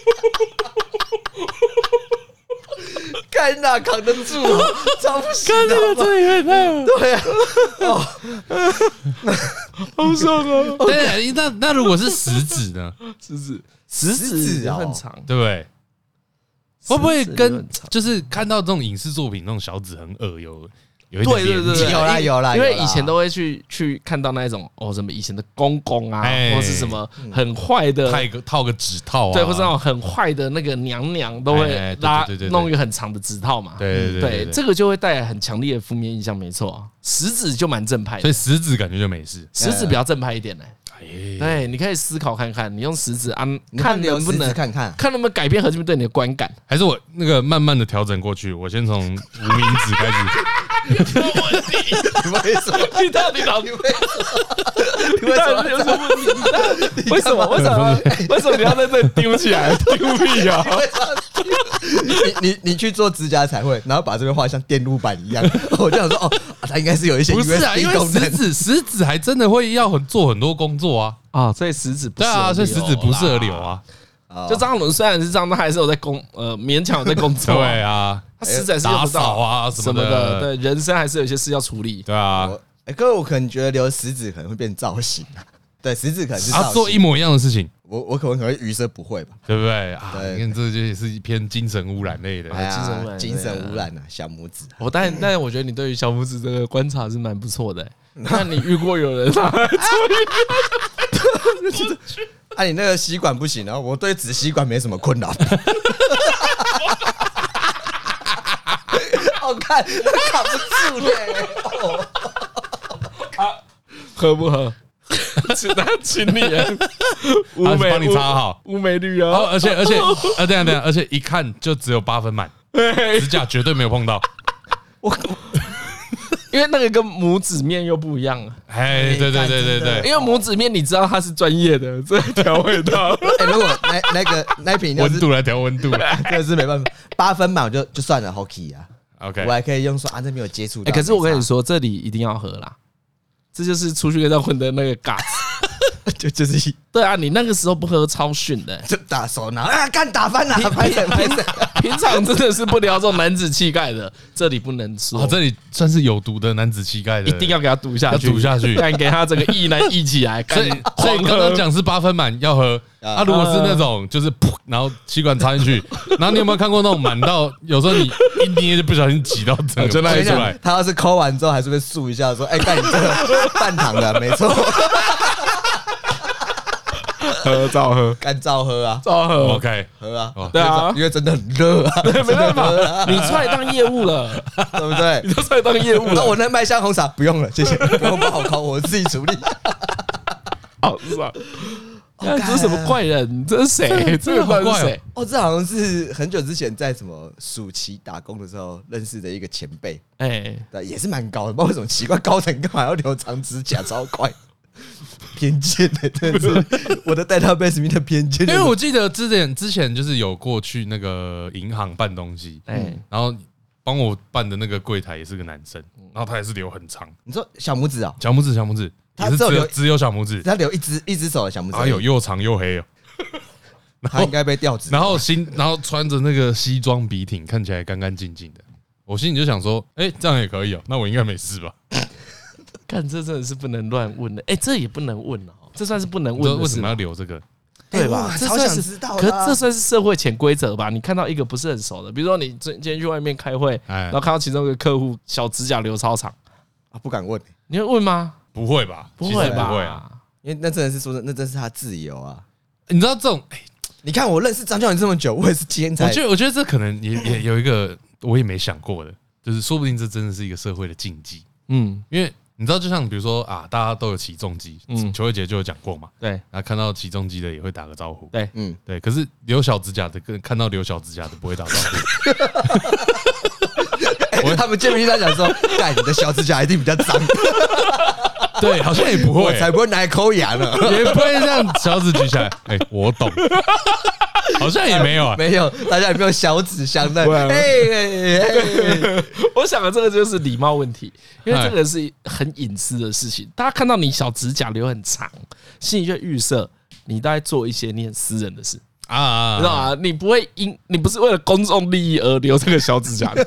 Speaker 3: 干哪扛得住？超不行的，好不好
Speaker 1: 这也太恶
Speaker 3: 对啊，哦，
Speaker 1: 好爽啊！
Speaker 2: 对，那那如果是食指呢，
Speaker 1: 食指，食
Speaker 3: 指
Speaker 1: 指啊
Speaker 3: 哦
Speaker 1: 很长，
Speaker 2: 对 不对？会不会
Speaker 1: 食指
Speaker 2: 跟
Speaker 1: 很长
Speaker 2: 就是看到这种影视作品那种小指很恶有有一
Speaker 1: 对
Speaker 2: 点
Speaker 1: 对对，对哎
Speaker 2: 连结
Speaker 3: 有啦有啦
Speaker 1: 因为
Speaker 3: 有啦
Speaker 1: 以前都会去去看到那一种哦，什么以前的公公啊，
Speaker 2: 哎
Speaker 1: 或是什么很坏的，
Speaker 2: 套一个套个指套啊，
Speaker 1: 对，或是那种很坏的那个娘娘都
Speaker 2: 哎哎
Speaker 1: 会
Speaker 2: 对
Speaker 1: 拉
Speaker 2: 对对对对
Speaker 1: 弄一个很长的指套嘛，
Speaker 2: 对对对
Speaker 1: 对，这个就会带来很强烈的负面印象，没错啊，食指就蛮正派
Speaker 2: 所
Speaker 1: 的
Speaker 2: 以。食指感觉就没事。
Speaker 1: 食指比较正派一点呢、
Speaker 2: 哎，
Speaker 1: 对，你可以思考看看，你用食指啊，
Speaker 3: 你
Speaker 1: 看
Speaker 3: 看
Speaker 1: 能
Speaker 3: 能
Speaker 1: 不
Speaker 3: 不
Speaker 1: 能
Speaker 3: 能看看？
Speaker 1: 看能不能改变何俊斌对你的观感。
Speaker 2: 还是我那个慢慢的调整过去，我先从无名指开始，
Speaker 1: 有什么问题？
Speaker 3: 你为什么？
Speaker 1: 你到底脑
Speaker 3: 你
Speaker 1: 子
Speaker 3: 为
Speaker 1: 你到底有什么问题？为什么？为什么？为什么你要在这里丢起来？ 丢屁啊！
Speaker 3: 你 你你去做指甲才会，然后把这边画得像电路板一样。 我就想说，哦，啊它应该是有一些
Speaker 2: 不是啊，
Speaker 3: USB
Speaker 2: 因为
Speaker 3: 功
Speaker 2: 食
Speaker 3: 能。
Speaker 2: 指食指还真的会要很做很多工作啊，
Speaker 1: 啊，所以食指不
Speaker 2: 对
Speaker 1: 是，哦
Speaker 2: 啊，所以食指不适合留。啊，
Speaker 3: 哦
Speaker 1: 就张伦虽然是这样，他还是有在工呃勉强有在工 作，
Speaker 2: 对，啊，
Speaker 1: 他实在是用
Speaker 2: 打
Speaker 1: 不到
Speaker 2: 扫啊
Speaker 1: 什
Speaker 2: 什
Speaker 1: 么的，
Speaker 2: 么的，
Speaker 1: 对，人生还是有一些事要处理。
Speaker 2: 对啊，
Speaker 3: 我哎，各位，我可能觉得留食指可能会变造型啊。对，食指可能是
Speaker 2: 啊，
Speaker 3: 造
Speaker 2: 做一
Speaker 3: 型。
Speaker 2: 模一样的事情，
Speaker 3: 我我可能可能鱼色不会吧？
Speaker 2: 对不对啊？
Speaker 3: 对
Speaker 2: 你看这就也是一篇精神污染类的，啊
Speaker 3: 哎
Speaker 1: 啊精神污
Speaker 3: 呀，
Speaker 1: 染
Speaker 3: 精神污染啊，小拇指。
Speaker 1: 我哦但但我觉得你对于小拇指这个观察是蛮不错的、 那你遇过有 人
Speaker 3: 啊，你那个吸管不行啊，我对纸吸管没什么困扰。 好哦看，他卡不住嘞、哦
Speaker 1: 喝不喝？请他请你啊， 乌
Speaker 2: 他
Speaker 1: 梅
Speaker 2: 帮你擦好。
Speaker 1: 乌梅绿啊，
Speaker 2: 哦，而且而且啊，对啊对啊，而且一看就只有八分满，指甲绝对没有碰 到。
Speaker 1: 因为那个跟拇指面又不一样啊。
Speaker 2: 哎，对对对对
Speaker 1: 因为
Speaker 2: 对，
Speaker 1: 拇指面你知道它是专业的， 这调味道。
Speaker 3: 哎如果那那个那瓶饮料
Speaker 2: 温
Speaker 3: 是
Speaker 2: 度来调温度。
Speaker 3: 真的是没办法，八分满我就就算了，hockey 啊，
Speaker 2: OK，
Speaker 3: 我还可以用说啊，这没有接触到、
Speaker 1: 哎、可是我跟你
Speaker 3: 没
Speaker 1: 说，这里一定要喝啦，这就是出去跟他混的那个嘎子。
Speaker 3: 差，就就是一
Speaker 1: 对啊，你那个时候不喝超逊的、
Speaker 3: 就打手拿啊，干打翻了、啊，拍手拍手，
Speaker 1: 平常真的是不聊这种男子气概的，这里不能说，
Speaker 2: 哦，这里算是有毒的男子气概的，
Speaker 1: 一定要。给他堵下去，
Speaker 2: 要堵下去
Speaker 1: 但给他整个意难意起来。
Speaker 2: 所以所以刚刚讲是八分满要喝，
Speaker 3: 啊
Speaker 2: 啊，如果是那种就是噗，然后吸管插进 去，然后你有没有看过那种满到有时候你一捏就不小心挤到整个
Speaker 3: 我跟
Speaker 2: 喷
Speaker 3: 你
Speaker 2: 出
Speaker 3: 讲
Speaker 2: 来？
Speaker 3: 他要是抠完之后，还是会竖一下说，哎、干你这个半糖的，没错，
Speaker 1: 喝照喝
Speaker 3: 干照喝啊，
Speaker 1: 照喝，
Speaker 2: 哦？OK，
Speaker 3: 喝啊，
Speaker 1: 对啊
Speaker 3: 因为真的很热啊，
Speaker 1: 对，没办法， 你出来当业务了，
Speaker 3: 对不对
Speaker 1: 你？都出来当业务
Speaker 3: 那
Speaker 1: 了，
Speaker 3: 我那麦香红茶不用了，谢谢，不用帮我烤，我自己处理。
Speaker 1: 好是吧？看这是什么怪人？这是谁？这
Speaker 2: 真
Speaker 1: 个
Speaker 2: 的
Speaker 1: 怪
Speaker 2: 好怪哦
Speaker 1: 人是谁？
Speaker 3: 哦，这好像是很久之前在什么暑期打工的时候认识的一个前辈，
Speaker 1: 哎，
Speaker 3: 对，也是蛮高的，不知道为什么奇怪，高层干嘛要留长指甲，超 快。偏见的、真的是我的带他 basement 的偏见。
Speaker 2: 因为我记得之前之前就是有过去那个银行办东西，
Speaker 1: 哎
Speaker 3: 嗯
Speaker 2: 然后帮我办的那个柜台也是个男生，然后他也是留很长，
Speaker 3: 你说小拇指啊、
Speaker 2: 小拇指小拇指，
Speaker 3: 他
Speaker 2: 也是
Speaker 3: 只
Speaker 2: 只
Speaker 3: 有留
Speaker 2: 有只有小拇指，
Speaker 3: 他留一只一只手的小
Speaker 1: 啊
Speaker 3: 拇指，
Speaker 2: 哎呦，又长又黑哦。
Speaker 3: 他应该被调职。
Speaker 2: 然后新，然后穿着那个西装笔挺，看起来干干净净的。我心里就想说，哎、这样也可以哦、那我应该没事吧？
Speaker 1: 看这真的是不能乱问的，哎，这也不能问哦，这算是不能
Speaker 2: 你说
Speaker 1: 问
Speaker 2: 为
Speaker 1: 的
Speaker 2: 什
Speaker 1: 事
Speaker 2: 么。要留这个？
Speaker 1: 对
Speaker 3: 哎
Speaker 1: 吧
Speaker 3: 哇？
Speaker 1: 这
Speaker 3: 超
Speaker 1: 算
Speaker 3: 想
Speaker 1: 是
Speaker 3: 知道
Speaker 1: 可
Speaker 3: 的啊
Speaker 1: 这算是社会潜规则吧？你看到一个不是很熟的，比如说你今今天去外面开会，
Speaker 2: 哎
Speaker 1: 然后看到其中一个客户小指甲留超长，
Speaker 3: 啊，不敢问，
Speaker 1: 你会问吗？
Speaker 2: 不会吧？
Speaker 1: 不
Speaker 2: 其实
Speaker 1: 会
Speaker 2: 不会啊！
Speaker 1: 吧？
Speaker 3: 因为那真的是说真的，那真是他自由啊。
Speaker 2: 你知道这种，哎
Speaker 3: 你看我认识张教练这么久，我也是今天才
Speaker 2: 我觉得，我觉得这可能也也有一个我也没想过的，就是说不定这真的是一个社会的禁忌，
Speaker 1: 嗯，
Speaker 2: 因为你知道，就像比如说啊，大家都有起重机，
Speaker 1: 嗯
Speaker 2: 嗯，球姐就有讲过嘛，
Speaker 1: 对
Speaker 2: 然后看到起重机的也会打个招呼，
Speaker 1: 对
Speaker 3: 嗯，
Speaker 2: 对，可是留小指甲的跟看到留小指甲的不会打招呼。
Speaker 3: 我哎他们见面就在讲 说，干你的小指甲一定比较脏，
Speaker 2: 对，好像也不
Speaker 3: 我
Speaker 2: 会，
Speaker 3: 才不会拿来抠 牙呢。
Speaker 2: 也不会这样小指举起来。 哎、我懂，好像也没有啊。
Speaker 3: 没有，大家有没有小指相待？
Speaker 1: 不然
Speaker 3: 哎哎哎哎
Speaker 1: 我想的这个就是礼貌问题，因
Speaker 2: 哎
Speaker 1: 为这个是很隐私的事情，大家看到你小指甲留很长，心里就预设你大概做一些你很私人的事，
Speaker 2: 啊啊，
Speaker 1: 你知道吗？你不会因你不是为了公众利益而留这个小指甲的，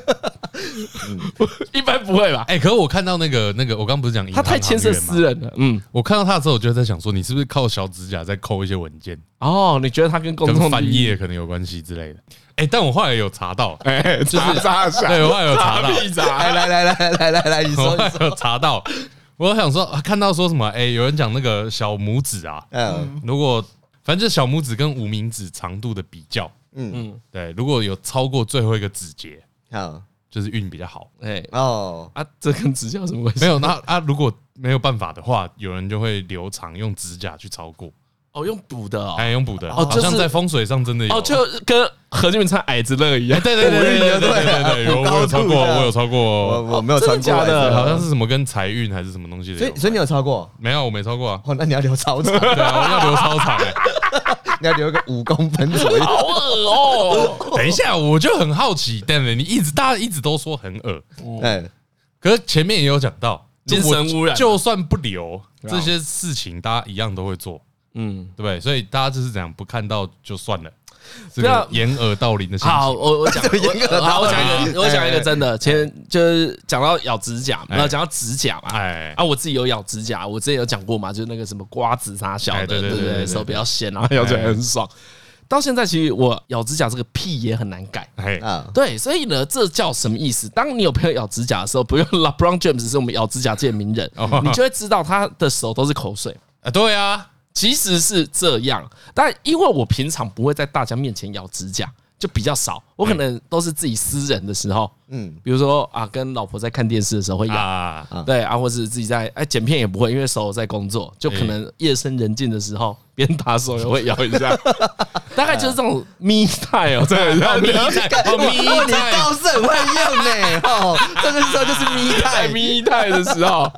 Speaker 1: 一般不会吧？
Speaker 2: 哎、可是我看到那个那个，我刚不是讲银
Speaker 1: 他
Speaker 2: 行
Speaker 1: 太牵涉
Speaker 2: 行员嘛
Speaker 1: 私人了，嗯。
Speaker 2: 我看到他的时候，我就在想说，你是不是靠小指甲在抠一些文件，
Speaker 1: 哦，你觉得他跟公
Speaker 2: 跟
Speaker 1: 众
Speaker 2: 翻
Speaker 1: 利益？
Speaker 2: 页可能有关系之类的？哎、但我后来有查 到，
Speaker 1: 哎，就是查查
Speaker 2: 对，我后来有查到，
Speaker 1: 屁查，
Speaker 3: 哎来来来来来来来，你
Speaker 2: 我
Speaker 3: 说
Speaker 2: 后
Speaker 3: 你
Speaker 2: 来
Speaker 3: 说，
Speaker 2: 有查到，我想说、啊、看到说什么？哎、有人讲那个小拇指啊，
Speaker 3: 嗯
Speaker 2: 如果反正就是小拇指跟无名指长度的比较，
Speaker 3: 嗯，
Speaker 2: 对，如果有超过最后一个指节，
Speaker 3: 好
Speaker 2: 就是运比较好。
Speaker 1: 哎
Speaker 3: 哦，
Speaker 1: 啊，这跟指甲有什么关系？
Speaker 2: 没有，那啊，如果没有办法的话，有人就会留长用指甲去超过，
Speaker 1: 哦，用补的哦，
Speaker 2: 还用补的，
Speaker 1: 哦
Speaker 2: 好
Speaker 1: 就是
Speaker 2: 像在风水上真的有
Speaker 1: 哦，就跟何俊明穿矮子乐一样
Speaker 2: 哎，对对对对对对对对，有我有超过，我有超
Speaker 3: 我
Speaker 2: 过，
Speaker 3: 我没有
Speaker 1: 真的
Speaker 3: 穿过
Speaker 1: 假的
Speaker 3: 欸
Speaker 2: 好像是什么跟财运还是什么东西的，
Speaker 3: 所以所以你有超过？
Speaker 2: 没有我没超过 啊，
Speaker 3: 哦，那你要留超长，
Speaker 2: 对啊，我要留超长哎。
Speaker 3: 你要留个五公分左 右。
Speaker 1: 好恶哦。
Speaker 2: 等一下，我就很好奇 d a n 你一直大家一直都说很恶，
Speaker 3: 哎，
Speaker 2: 可是前面也有讲到
Speaker 1: 精神污染
Speaker 2: 我就算不留
Speaker 1: 啊
Speaker 2: 这些事情，大家一样都会做，
Speaker 1: 嗯，
Speaker 2: 对不对？所以大家就是这样，不看到就算了，这
Speaker 1: 不要
Speaker 2: 个掩耳盗铃的心
Speaker 1: 啊好，
Speaker 2: 情。
Speaker 1: 我我讲，我好，我讲一个，我讲一个真的，前就是讲到咬指甲嘛，
Speaker 2: 哎
Speaker 1: 然后讲到指甲嘛，
Speaker 2: 哎
Speaker 1: 啊，我自己有咬指甲，我之前有讲过嘛，就是那个什么瓜子啥小的，
Speaker 2: 哎对
Speaker 1: 对
Speaker 2: 对
Speaker 1: 不
Speaker 2: 对对
Speaker 1: 对？
Speaker 2: 对
Speaker 1: 手比较咸，然后咬起来很爽。到现在其实我咬指甲这个屁也很难改。
Speaker 2: 哎，
Speaker 3: 啊，
Speaker 1: 对，所以呢，这叫什么意思？当你有朋友咬指甲的时候，不用 LeBron James 是我们咬指甲界名人
Speaker 2: 哦，
Speaker 1: 你就会知道他的手都是口水。
Speaker 2: 啊对啊，
Speaker 1: 其实是这样，但因为我平常不会在大家面前咬指甲，就比较少。我可能都是自己私人的时候，
Speaker 3: 嗯，
Speaker 1: 比如说啊，跟老婆在看电视的时候会咬，
Speaker 2: 啊，
Speaker 1: 对啊，或是自己在哎剪片也不会，因为手在工作，就可能夜深人静的时候边打手也 会咬一 下，大概就是这种咪态 哦，对，
Speaker 2: 好迷
Speaker 3: 干
Speaker 2: 好
Speaker 3: 哇
Speaker 2: 迷
Speaker 3: 哦哇你
Speaker 2: 太
Speaker 3: 倒是很会用呢，哦，这个时候就是咪
Speaker 1: 在
Speaker 3: 态，
Speaker 1: 咪态的时 候，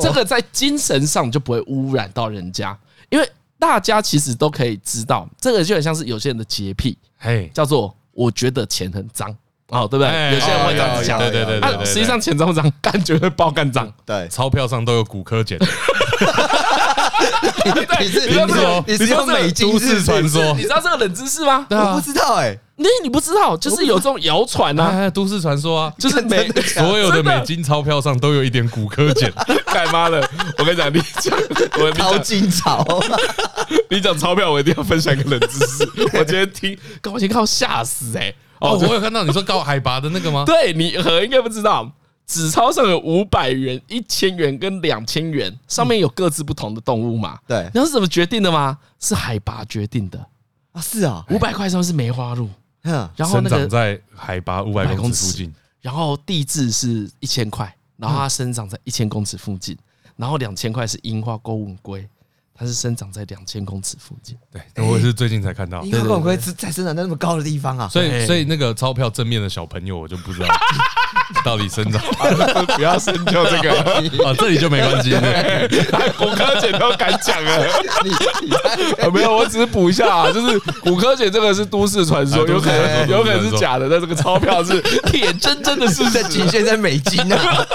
Speaker 1: 这个在精神上就不会污染到人家，因为大家其实都可以知道，这个就很像是有些人的洁癖，
Speaker 2: 嘿，
Speaker 1: 叫做我觉得钱很脏，哦，对不对？有些人会这样子讲
Speaker 2: 哎对，对对对
Speaker 1: 啊，
Speaker 2: 对，
Speaker 1: 实际上钱脏不脏，干绝对爆干脏。
Speaker 3: 对，
Speaker 2: 钞票上都有 骨科检，
Speaker 3: 你是
Speaker 1: 你知道这个
Speaker 3: 你是用美金
Speaker 2: 都市
Speaker 3: 日
Speaker 2: 传
Speaker 3: 本？
Speaker 2: 说
Speaker 1: 你，知道这个冷知识 吗？
Speaker 2: 对
Speaker 3: 我
Speaker 2: 啊
Speaker 3: 不，知道 哎，
Speaker 1: 那你不知道，就是有这种谣传 啊，
Speaker 2: 哎，都市传说啊，
Speaker 1: 就是
Speaker 3: 真的
Speaker 1: 每
Speaker 3: 假
Speaker 2: 所有的
Speaker 1: 真的
Speaker 2: 美金钞票上都有一点骨科碱，
Speaker 1: 干妈的， 我跟你讲，你讲我你
Speaker 3: 淘
Speaker 1: 讲
Speaker 3: 金啊潮，
Speaker 1: 你讲钞票，我一定要分享一个冷知 识。我今天听，高我先看我吓死哎、
Speaker 2: 哦，
Speaker 1: 哦，
Speaker 2: 我有看到你说高海拔的那个吗？
Speaker 1: 对啊你可能应该不知道，纸钞上有五百元、一千元跟两千元，上面有各自不同的动物嘛。
Speaker 3: 对
Speaker 1: 你知道是怎么决定的吗？是海拔决定的。
Speaker 3: 啊，是啊，嗯
Speaker 1: 五百块上面是梅花鹿，
Speaker 3: 哼
Speaker 1: 然后
Speaker 2: 生
Speaker 1: 那
Speaker 2: 长
Speaker 1: 个，
Speaker 2: 在海拔五百
Speaker 1: 500
Speaker 2: 公
Speaker 1: 公
Speaker 2: 尺
Speaker 1: 尺
Speaker 2: 附近，
Speaker 1: 然后地质是一千块，然后它生长在一千公尺附近，然后两千块是樱花勾吻龟，它是生长在两千公尺附近。
Speaker 2: 对，我也是最近才看到。
Speaker 3: 因为我会是在生长在那么高的地方啊，
Speaker 2: 哎所以，
Speaker 1: 对
Speaker 2: 所以那个钞票正面的小朋友，我就不 知道到底生长
Speaker 1: 不要深究这 个，
Speaker 2: 啊，这里就没关系。
Speaker 1: 骨科姐都敢讲了。
Speaker 3: 你 你看
Speaker 1: 啊，没有，我只是补一下啊，就是骨科姐这个是都市传
Speaker 2: 啊
Speaker 1: 说，有
Speaker 2: 都市
Speaker 1: 可
Speaker 2: 传
Speaker 1: 能
Speaker 2: 说
Speaker 1: 有可能是假的，但这个钞票 是铁铮铮的事
Speaker 3: 这
Speaker 1: 实。
Speaker 3: 仅限在美金啊，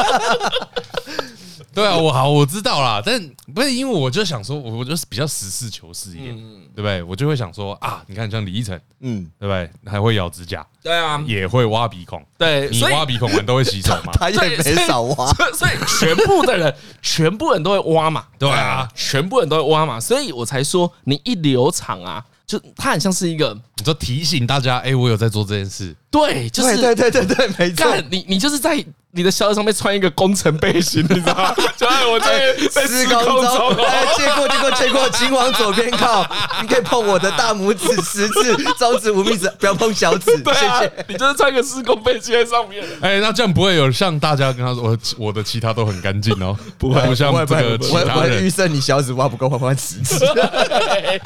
Speaker 2: 对啊，我好，我知道啦，但不是因为我就想说，我我就是比较实事求是一点，对不对？我就会想说啊，你看像李依晨，
Speaker 3: 嗯，
Speaker 2: 对不对？还会咬指甲，
Speaker 1: 对啊，
Speaker 2: 也会挖鼻孔，
Speaker 1: 对，
Speaker 2: 你
Speaker 1: 所以
Speaker 2: 挖鼻孔完都会洗手吗？
Speaker 3: 他也没少挖，
Speaker 1: 所以所以全部的人，全部人都会挖嘛，
Speaker 2: 对啊，
Speaker 1: 全部人都会挖嘛，所以我才说你一留场啊，就它很像是一个
Speaker 2: 你就提醒大家，哎，我有在做这件事，
Speaker 1: 对，就
Speaker 3: 对
Speaker 1: 是
Speaker 3: 对对对对，没错，
Speaker 1: 干你你就是在你的校车上面穿一个工程背心，你知道吗？ 就哎我在在
Speaker 3: 施
Speaker 1: 施
Speaker 3: 工
Speaker 1: 工
Speaker 3: 中，
Speaker 1: 中。
Speaker 3: 哎，借过借过借过，请往左边靠，你可以碰我的大拇指、食指、中指、无名指，不要碰小指，
Speaker 1: 对啊
Speaker 3: 谢谢。，
Speaker 1: 你就是穿一个施工背心在上面，
Speaker 2: 哎，那这样不会有像大家跟他说，我我的其他都很干净哦，不
Speaker 3: 不
Speaker 2: 不像
Speaker 3: 会
Speaker 2: 这
Speaker 3: 不会
Speaker 2: 个
Speaker 3: 不
Speaker 2: 其
Speaker 3: 会不
Speaker 2: 他
Speaker 3: 会
Speaker 2: 人
Speaker 3: 预。设你小指挖不够，换换食指，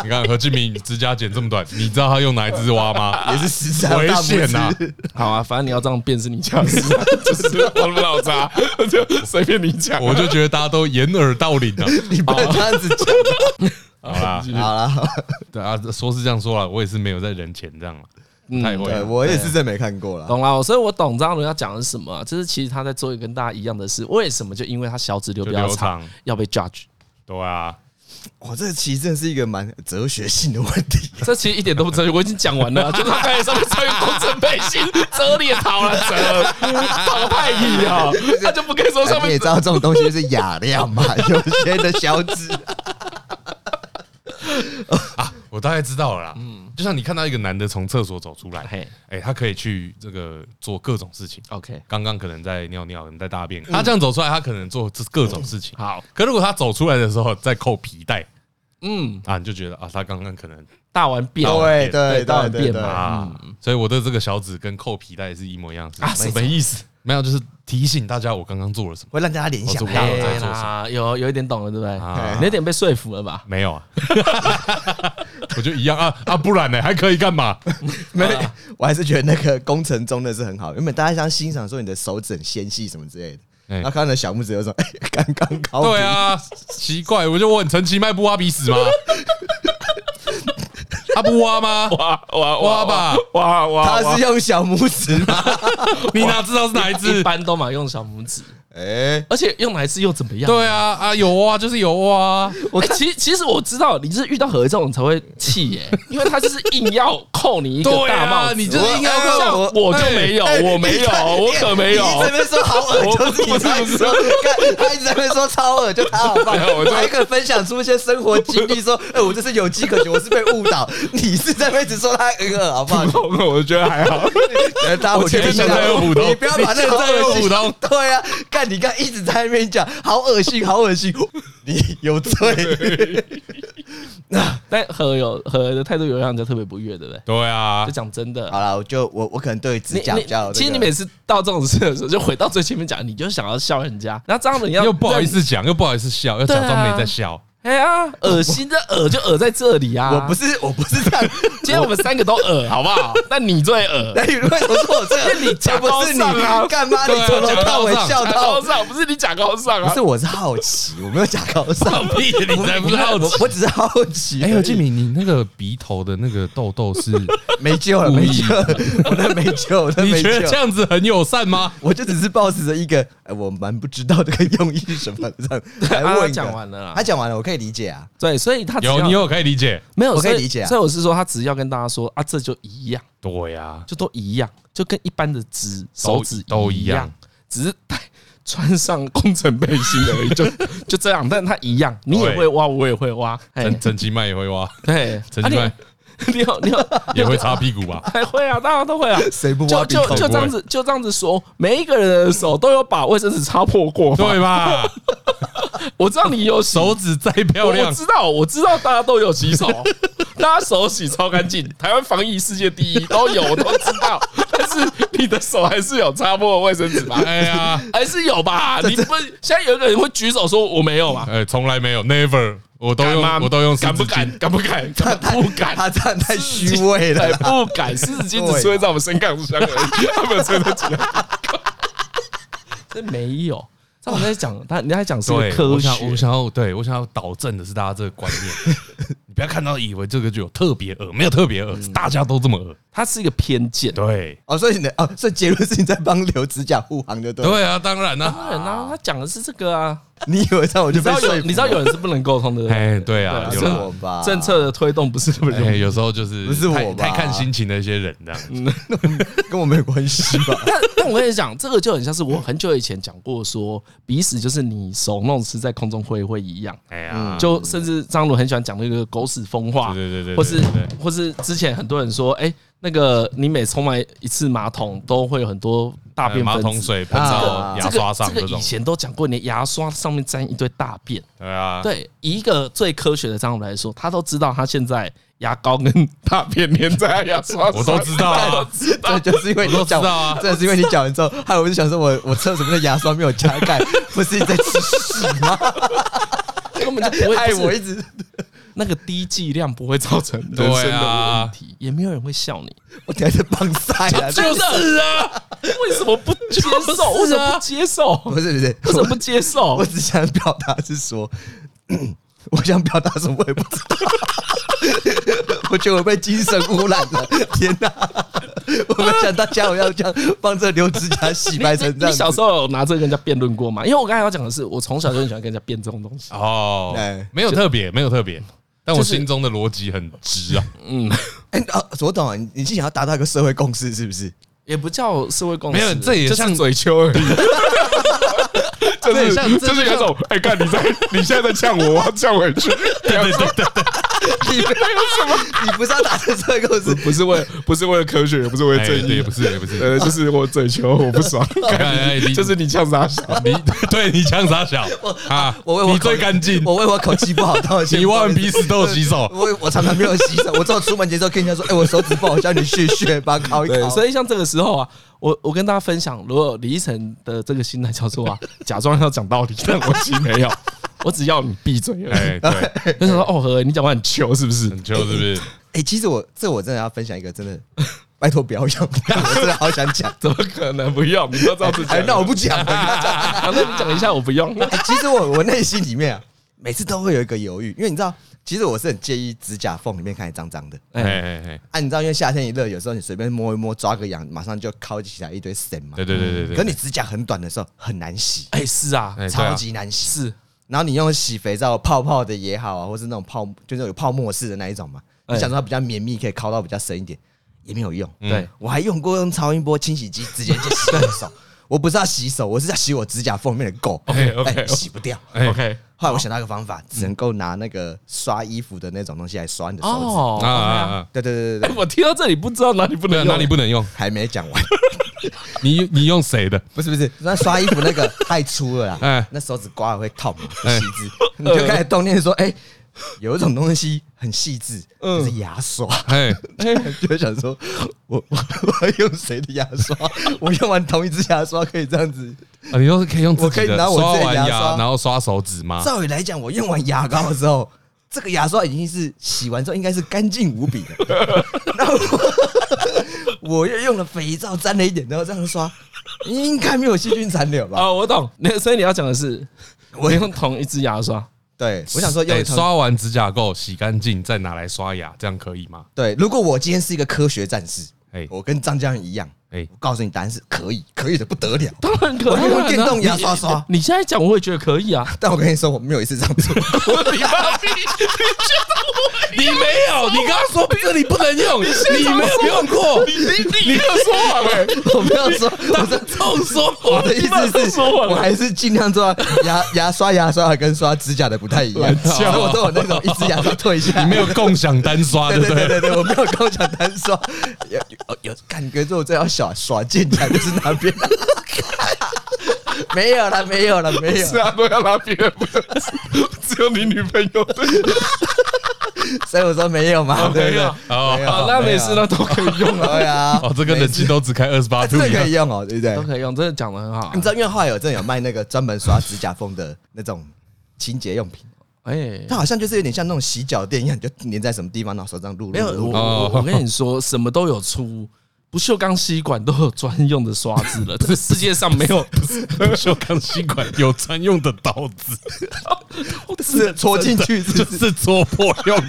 Speaker 2: 你看何志明指甲剪这么短，你知道他用哪一支挖吗？
Speaker 3: 也是食指还有
Speaker 2: 危
Speaker 3: 大
Speaker 2: 险呐
Speaker 3: 拇指。
Speaker 1: 好啊，反正你要这样变是你家的事，就是我们老渣，就随便你讲。
Speaker 2: 我就觉得大家都掩耳盗铃了。
Speaker 3: 你不能这样子讲。
Speaker 2: 好啦，
Speaker 3: 好了，
Speaker 2: 对啊，说是这样说啦，我也是没有在人前这样啦，太会啊
Speaker 3: 对
Speaker 2: 了。
Speaker 3: 我也是真没看过了。
Speaker 1: 懂啦，所以我懂张伦要讲的是什么啊、就是其实他在做一个跟大家一样的事，为什么？就因为他小指留比较
Speaker 2: 就留
Speaker 1: 长
Speaker 2: 长，
Speaker 1: 要被 judge。
Speaker 2: 对啊，
Speaker 3: 哇，这其实真的是一个蛮哲学性的问题。
Speaker 1: 这其实一点都不哲学，我已经讲完了，就是他刚才上面穿一个工程背心，遮裂桃了，折淘汰一 啊，他就不可以说上
Speaker 3: 哎你也
Speaker 1: 面
Speaker 3: 知道这种东西就是雅量嘛，有些的小指啊
Speaker 2: 我大概知道了啦。嗯，就像你看到一个男的从厕所走出来
Speaker 1: 嘿，
Speaker 2: 哎，他可以去这个做各种事情。
Speaker 1: OK，
Speaker 2: 刚刚可能在尿尿，可能在大便，他这样走出来，他可能做这各种事情。
Speaker 1: 好，
Speaker 2: 可如果他走出来的时候再扣皮带
Speaker 1: 嗯，
Speaker 2: 啊，你就觉得啊，他刚刚可能
Speaker 1: 大完便，对
Speaker 3: 对对
Speaker 1: 大
Speaker 3: 对
Speaker 1: 便嘛
Speaker 3: 对对，
Speaker 2: 啊，所以我的这个小指跟扣皮带是一模一样的事情。
Speaker 1: 啊，什么意思？
Speaker 2: 没有，就是提醒大家我刚刚做了什么
Speaker 3: 会让大家联想
Speaker 2: 我做不
Speaker 3: 到
Speaker 2: 到
Speaker 3: 哎
Speaker 2: 我在
Speaker 1: 嘿
Speaker 2: 做什
Speaker 1: 啦，有有一点懂了，对不对？
Speaker 2: 啊
Speaker 1: 你有点被说服了吧？
Speaker 2: 没有啊， 我就一样啊啊，不然呢还可以干嘛？
Speaker 3: 没有， 我还是觉得那个工程中的是很好。原本大家想欣赏说你的手指很纤细什么之类的，
Speaker 2: 哎
Speaker 3: 然后看到你的小拇指就说 哎刚刚好。
Speaker 2: 对，啊，奇怪，我就问陈其迈不挖鼻 屎吗？他不挖吗？
Speaker 1: 哇哇
Speaker 2: 挖吧，
Speaker 1: 哇哇
Speaker 3: 他是用小拇指吗？
Speaker 2: 你哪知道是哪一
Speaker 1: 一
Speaker 2: 只？
Speaker 1: 般都嘛用小拇指，
Speaker 3: 哎，
Speaker 1: 而且用哪一次又怎么样？
Speaker 2: 对啊啊，有挖就是有挖，
Speaker 1: 我、其其实我知道你是遇到何这种才会气 耶、因为他就是硬要扣你一个
Speaker 2: 对
Speaker 1: 大帽
Speaker 2: 啊，
Speaker 1: 子。
Speaker 2: 你就是应该
Speaker 3: 我哎
Speaker 2: 要
Speaker 1: 像
Speaker 2: 扣
Speaker 1: 我就没
Speaker 2: 哎
Speaker 1: 有，我没有，我可没有。
Speaker 3: 你一直在那边说好恶，就是你在说，看他一直在那边说超恶，就他好棒。
Speaker 2: 没有我就
Speaker 3: 还可以分享出一些生活经历，说， 哎，我这是有迹可循，我是被误导。你是在那边一直说他很恶，好 不好？
Speaker 2: 我觉得还好。
Speaker 3: 呃大家我觉得
Speaker 2: 现在又普通
Speaker 3: 你不要把那
Speaker 2: 你现
Speaker 3: 个好
Speaker 2: 在又
Speaker 3: 恶心
Speaker 2: 普通。
Speaker 3: 对啊，干你刚一直在那边讲，好恶心，好恶心，你 有罪。
Speaker 1: 但何有何的态度有让人家特别不悦，对不对？
Speaker 2: 对啊
Speaker 1: 就，讲真的，
Speaker 3: 好了，我就我我可能对指
Speaker 1: 你
Speaker 3: 甲
Speaker 1: 你
Speaker 3: 比较有那个，
Speaker 1: 其实你每次到这种事的时候，就回到最前面讲，你就想要笑人家，然后这样 子你要啊
Speaker 2: 又不好意，思讲，又不好意思笑，要假装没在笑。
Speaker 1: 哎呀，恶心的恶就恶在这里啊！
Speaker 3: 我不，是我不是这 样，
Speaker 1: 今天我们三个都恶，好不好？但你最恶，
Speaker 3: 那你为什么说我这样？
Speaker 1: 你假
Speaker 3: 不
Speaker 1: 高
Speaker 3: 是你
Speaker 1: 尚啊
Speaker 3: 干嘛？你
Speaker 2: 对啊
Speaker 3: 从头
Speaker 2: 假
Speaker 3: 到
Speaker 2: 高
Speaker 3: 尾
Speaker 2: 尚
Speaker 3: 笑
Speaker 1: 假
Speaker 3: 到
Speaker 1: 高，尚不是你假高尚
Speaker 3: 不
Speaker 1: 啊
Speaker 3: 是？我是好奇，我没有讲高尚，
Speaker 2: 屁，你才不好
Speaker 3: 我我只是好奇而
Speaker 2: 哎，
Speaker 3: 已。
Speaker 2: 尤静敏，你那个鼻头的那个痘痘 是？
Speaker 3: 没救了，
Speaker 2: 故
Speaker 3: 没
Speaker 2: 意
Speaker 3: 救了，我那没救，我那
Speaker 2: 你
Speaker 3: 没
Speaker 2: 觉得
Speaker 3: 救
Speaker 2: 这。样子很友善吗？
Speaker 3: 我就只是抱持着一个，哎，我蛮不知道这个用意是什 么的这样来
Speaker 1: 啊
Speaker 3: 问
Speaker 1: 他
Speaker 3: 一个。
Speaker 1: 讲完了啦
Speaker 3: 他讲完了，我可以理解啊。
Speaker 1: 对，所以他只要
Speaker 2: 有，你有可以理解。
Speaker 1: 没有？
Speaker 3: 我可以
Speaker 1: 所
Speaker 3: 理解啊
Speaker 1: 所以我是说，他只要跟大家说啊，这就一样，
Speaker 2: 对啊呀，
Speaker 1: 就都一样，就跟一般的指手指
Speaker 2: 都
Speaker 1: 一
Speaker 2: 一样，
Speaker 1: 只是戴穿上工程背心而已，就 就这样。但他一样，你也
Speaker 2: 对
Speaker 1: 会挖，我也会挖，哎
Speaker 2: 陈，陈其迈也会挖，
Speaker 1: 对，
Speaker 2: 陈
Speaker 1: 啊你
Speaker 2: 其迈
Speaker 1: 你 有你有
Speaker 2: 也会擦屁股吧？
Speaker 1: 还会啊，大家都会啊。
Speaker 3: 谁不
Speaker 1: 就
Speaker 3: 挖鼻
Speaker 1: 就
Speaker 3: 孔？
Speaker 1: 就这样子，就这样子说，每一个人的手都有把卫生纸擦破过吧。
Speaker 2: 对吧？
Speaker 1: 我知道你有洗
Speaker 2: 手指再漂
Speaker 1: 我
Speaker 2: 亮
Speaker 1: 我，知道，我知道大家都有洗手， 大家手洗超干净，台湾防疫世界第一，都有我都知道。 但是你的手还是有擦破卫生纸吧？
Speaker 2: 哎呀，
Speaker 1: 还是有吧？你不现在有一个人会举手说我没有 嘛？
Speaker 2: 哎，从来没有，never，我都
Speaker 1: 敢吗
Speaker 2: 用，我都用湿
Speaker 1: 敢不
Speaker 2: 纸巾
Speaker 1: 敢？敢不敢？敢不敢？
Speaker 3: 他这样太虚伪了
Speaker 1: 对，
Speaker 3: 啦。
Speaker 1: 哎不敢。狮子精只是会在我们身杠上而已，他没有吹在其他地方。啊这没有，这我在 讲，他人家在讲是
Speaker 2: 对
Speaker 1: 个，科
Speaker 2: 我
Speaker 1: 学
Speaker 2: 想，，我想要，对我想要导正的是大家这个观 念，你不要看到以为这个就有特别恶，没有特别
Speaker 1: 嗯
Speaker 2: 恶，是大家都这么恶。
Speaker 1: 它是一个偏见。
Speaker 2: 对，
Speaker 3: 哦，所以你的哦，所以结论是你在帮留指甲护航就对了。
Speaker 2: 对啊，当然啦、
Speaker 1: 当然啦、他讲的是这个啊。
Speaker 3: 你以为这样我
Speaker 1: 你知
Speaker 3: 就被
Speaker 1: 道
Speaker 3: 说
Speaker 1: 有，
Speaker 3: 服
Speaker 1: 你知道有人是不能沟通的，对不对
Speaker 2: 哎，对啊，
Speaker 1: 对
Speaker 2: 有
Speaker 3: 是
Speaker 2: 啦
Speaker 3: 我吧？
Speaker 1: 政策的推动不是那么容
Speaker 2: 哎，
Speaker 1: 易。
Speaker 2: 有时候就是
Speaker 3: 不是我
Speaker 2: 太
Speaker 3: 吧
Speaker 2: 太看心情的一些人这样子。
Speaker 1: 嗯
Speaker 3: 跟我没有关系吧？
Speaker 1: 但但我跟你讲，这个就很像是我很久以前讲过说鼻屎就是你手弄湿在空中挥一挥一样。
Speaker 2: 哎呀，
Speaker 1: 就甚至张伦很喜欢讲那个狗屎风话，
Speaker 2: 对对对对
Speaker 1: 或是
Speaker 2: 对对对
Speaker 1: 或是之前很多人说，哎，那个你每冲完一次马桶都会有很多大便
Speaker 2: 哎呃马
Speaker 1: 分
Speaker 2: 桶
Speaker 1: 子，
Speaker 2: 水喷
Speaker 3: 啊
Speaker 2: 到牙
Speaker 1: 这个
Speaker 2: 刷上
Speaker 1: 这
Speaker 2: 这
Speaker 1: 个以
Speaker 2: 种，
Speaker 1: 前都讲过，你的牙刷上面沾一堆大便。
Speaker 2: 对啊，
Speaker 1: 对，以一个最科学的张伦来说，他都知道他现在牙膏跟大便粘在牙刷上，
Speaker 2: 我都知道啊
Speaker 1: 他都知道
Speaker 3: 这就是因为你
Speaker 2: 我都知
Speaker 3: 讲
Speaker 2: 道啊，
Speaker 3: 这是因为你讲完之后，害我就想说我我厕所里面的牙刷没有加 盖，不是你在吃屎吗？
Speaker 1: 根本 就不会
Speaker 3: 害我
Speaker 1: 不
Speaker 3: 一
Speaker 1: 是
Speaker 3: 直
Speaker 1: 那个低剂量不会造成人
Speaker 2: 对
Speaker 1: 生的
Speaker 2: 啊
Speaker 1: 问题，也没有人会笑你。
Speaker 3: 我等下在帮晒啊！
Speaker 1: 就是 啊，为什么不接受？啊为什么不接受？
Speaker 3: 不是不是
Speaker 1: 为 什么不接受
Speaker 3: 我？只想表达是说，我想表达什么我也不知道。 我觉得我被精神污染了，天哪！我没想到家我要这样帮这刘指甲洗白成这
Speaker 1: 你
Speaker 3: 样子
Speaker 1: 小。时候有拿这个跟人家辩论过吗？因为我刚才要讲的是，我从小就很喜欢跟人家辩这种东西。
Speaker 2: 哦
Speaker 3: 哎，
Speaker 2: 没有特别，没有特别，但我
Speaker 1: 就是
Speaker 2: 心中的逻辑很直啊。
Speaker 3: 哎、哦，我懂了，你你是想要达到一个社会共识，是不是？
Speaker 1: 也不叫社会共识，
Speaker 2: 没有这也
Speaker 1: 就
Speaker 2: 像
Speaker 1: 是嘴丘而已。就
Speaker 2: 这也
Speaker 1: 是
Speaker 2: 像这
Speaker 1: 就是有一种，哎，看你在，你现在在呛我，我要呛回去。
Speaker 2: 对对对对，
Speaker 3: 你没有什么，你不是要打成这个故事，
Speaker 4: 不是为了不是为了科学，也不是为了
Speaker 2: 哎
Speaker 4: 正义，
Speaker 2: 对，不是也不是，
Speaker 4: 呃，就是我嘴求我不爽，
Speaker 2: 哎哎你
Speaker 4: 就是你呛傻小，
Speaker 2: 你对你枪傻小啊，
Speaker 3: 我为我
Speaker 2: 你
Speaker 3: 口
Speaker 2: 最干净，
Speaker 3: 我为我口气不好道歉。
Speaker 2: 你
Speaker 3: 不好
Speaker 2: 万
Speaker 3: 意思
Speaker 2: 彼此都有洗手。
Speaker 3: 我我常常没有洗手，我只有出门前之后跟人家说，哎、我手指不好，叫你去血，把它烤 一
Speaker 1: 对，
Speaker 3: 烤。
Speaker 1: 所以像这个时候啊，我我跟大家分享，如果李依晨的这个心态叫 做啊，假装要讲道理，但我其实没有，我只要你闭嘴而已。
Speaker 2: 哎，对，
Speaker 1: 就想说哦，何你讲话很糗是不是？
Speaker 2: 很秋是不是？
Speaker 3: 哎、其实我这我真的要分享一个，真的，拜托不要讲， 我真的好想 讲。
Speaker 1: 怎么可能不用？你都知道自己
Speaker 3: 哎、那我不讲 了。
Speaker 1: 啊，那你讲一下，我不用。
Speaker 3: 哎、其实我我内心里面啊，每次都会有一个犹豫，因为你知道，其实我是很介意指甲缝里面看起来脏脏的。
Speaker 2: 哎
Speaker 1: 哎，
Speaker 2: 哎哎，
Speaker 3: 啊，你知道，因为夏天一热，有时候你随便摸一摸，抓个痒，马上就烤起来一堆神嘛
Speaker 2: 对。对对对对，
Speaker 3: 可你指甲很短的时候很难洗，
Speaker 1: 哎，是啊，
Speaker 2: 哎对啊
Speaker 3: 超级难洗。
Speaker 1: 是，
Speaker 3: 然后你用洗肥皂泡泡的也好啊，或是那种泡就是有泡沫式的那一种嘛，
Speaker 1: 哎嗯
Speaker 3: 你想说它比较绵密，可以烤到比较深一点，也没有用。
Speaker 1: 对，
Speaker 3: 我还用过用超音波清洗机直接就洗我的手， 我不是要洗手，我是要洗我指甲缝里面的 垢，
Speaker 2: OK OK
Speaker 3: 哎洗不掉。
Speaker 2: 哎
Speaker 1: OK
Speaker 3: 后来我想到一个方法，只能够拿那个刷衣服的那种东西来刷你的手指。
Speaker 1: 哦
Speaker 2: 啊啊啊！啊
Speaker 3: 对对对对
Speaker 1: 哎
Speaker 3: 对，
Speaker 1: 我听到这里不知道哪里不
Speaker 2: 对啊，
Speaker 1: 能
Speaker 2: 哪
Speaker 1: 用，
Speaker 2: 里不能用？
Speaker 3: 还没讲完，
Speaker 2: 你你用谁的？
Speaker 3: 不是不是，那刷衣服那个 太粗了啦
Speaker 2: 哎，
Speaker 3: 那手指刮了会痛，不细致，你就开始动念说，哎，有一种东西很细致，就是牙刷。
Speaker 2: 哎，
Speaker 3: 就会想说，我我我要用谁的牙刷？ 我用完同一支牙刷可以这样子。
Speaker 2: 啊，你都是可以用自
Speaker 3: 我可
Speaker 2: 己
Speaker 3: 以
Speaker 2: 的，
Speaker 3: 拿我
Speaker 2: 刷
Speaker 3: 自己的
Speaker 2: 完
Speaker 3: 牙
Speaker 2: 牙
Speaker 3: 刷
Speaker 2: 然后刷手指吗？
Speaker 3: 照理来讲，我用完牙膏的时候，这个牙刷已经是洗完之后应该是干净无比的。 然后我我又用了肥皂沾了一点，然后这样刷，应该没有细菌残留吧？
Speaker 1: 啊，我懂。那所以你要讲的是，我用同一支牙刷。
Speaker 3: 对，我想说用
Speaker 2: 哎
Speaker 3: 一同
Speaker 2: 刷完指甲垢洗干净，再拿来刷牙，这样可以吗？
Speaker 3: 对，如果我今天是一个科学战士，
Speaker 2: 哎
Speaker 3: 我跟张家人一样，
Speaker 2: 哎
Speaker 3: 我告诉你答案是可以，可以的不得了。
Speaker 1: 当然可以
Speaker 3: 我
Speaker 1: 啊，
Speaker 3: 就用电动牙刷刷。
Speaker 1: 你现在讲我也觉得可以啊，
Speaker 3: 但我跟你说，我没有一次这样做。
Speaker 2: 你没有，你刚刚说这里不能用，你没有用过，你你你说谎哎，
Speaker 3: 我没有说，我是
Speaker 2: 臭说
Speaker 3: 我
Speaker 2: 谎
Speaker 3: 的意思是，我还是尽量做到牙牙刷、牙刷跟刷指甲的不太一样。所以我说我那种一支牙刷退一下，
Speaker 2: 你没有共享单刷
Speaker 3: 对
Speaker 2: 对不
Speaker 3: 对
Speaker 2: 对？
Speaker 3: 对对对，我没有跟我讲单刷，有有有感觉，我这要耍耍剑才就是那边。 没有了，没有了，没有
Speaker 4: 是。啊，都要拿别人，不是只有你女朋友对。
Speaker 3: 所以我说没有嘛，对不啊 对？
Speaker 2: 哦
Speaker 3: 哎没有啊
Speaker 1: 好，那没事，那都可以用啊，
Speaker 3: 对啊，
Speaker 2: 哦，这个冷气都只开二十八
Speaker 3: 啊
Speaker 2: 度
Speaker 3: 这
Speaker 2: 以
Speaker 3: 个
Speaker 2: 下
Speaker 3: 可以用哦，对不 对
Speaker 1: 都？可以用，真的讲的很好啊
Speaker 3: 你。知道，因为后来有真的有卖那个专门刷指甲缝的那种清洁 用品，
Speaker 1: 哎，
Speaker 3: 它好像就是有点像那种洗脚垫一样，你就粘在什么地方，然后手上撸
Speaker 1: 没有，
Speaker 3: 撸
Speaker 1: 我
Speaker 3: 撸。
Speaker 1: 我我跟你说，什么都有出。不锈钢吸管都有专用的刷子了，这个世界上没有
Speaker 2: 不锈钢吸管有专用的刀子，
Speaker 3: 是戳进去是
Speaker 2: 就
Speaker 3: 不是，
Speaker 2: 是戳破用的，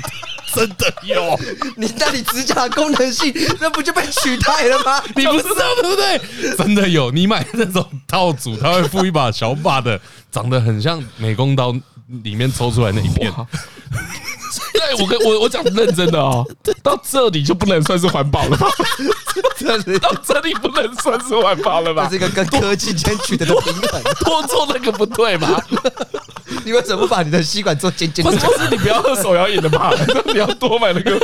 Speaker 2: 真的 有。
Speaker 3: 你那你指甲的功能性，那不就被取代了 吗？
Speaker 2: 你不知道对不对？真的有，你买那种套组，它会附一把小把的，长得很像美工刀里面抽出来那一片。
Speaker 1: 对我跟我我讲认真的哦，到这里就不能算是环保了吧？
Speaker 3: 这是
Speaker 1: 到这里不能算是环保了
Speaker 3: 这
Speaker 1: 吧
Speaker 3: 是？一个跟科技间取得的平衡。
Speaker 1: 多做那个不对吧？
Speaker 3: 你为什么不把你的吸管做尖尖
Speaker 1: 或
Speaker 3: 的
Speaker 1: 者？是你不要手摇饮的吧？你要多买那个。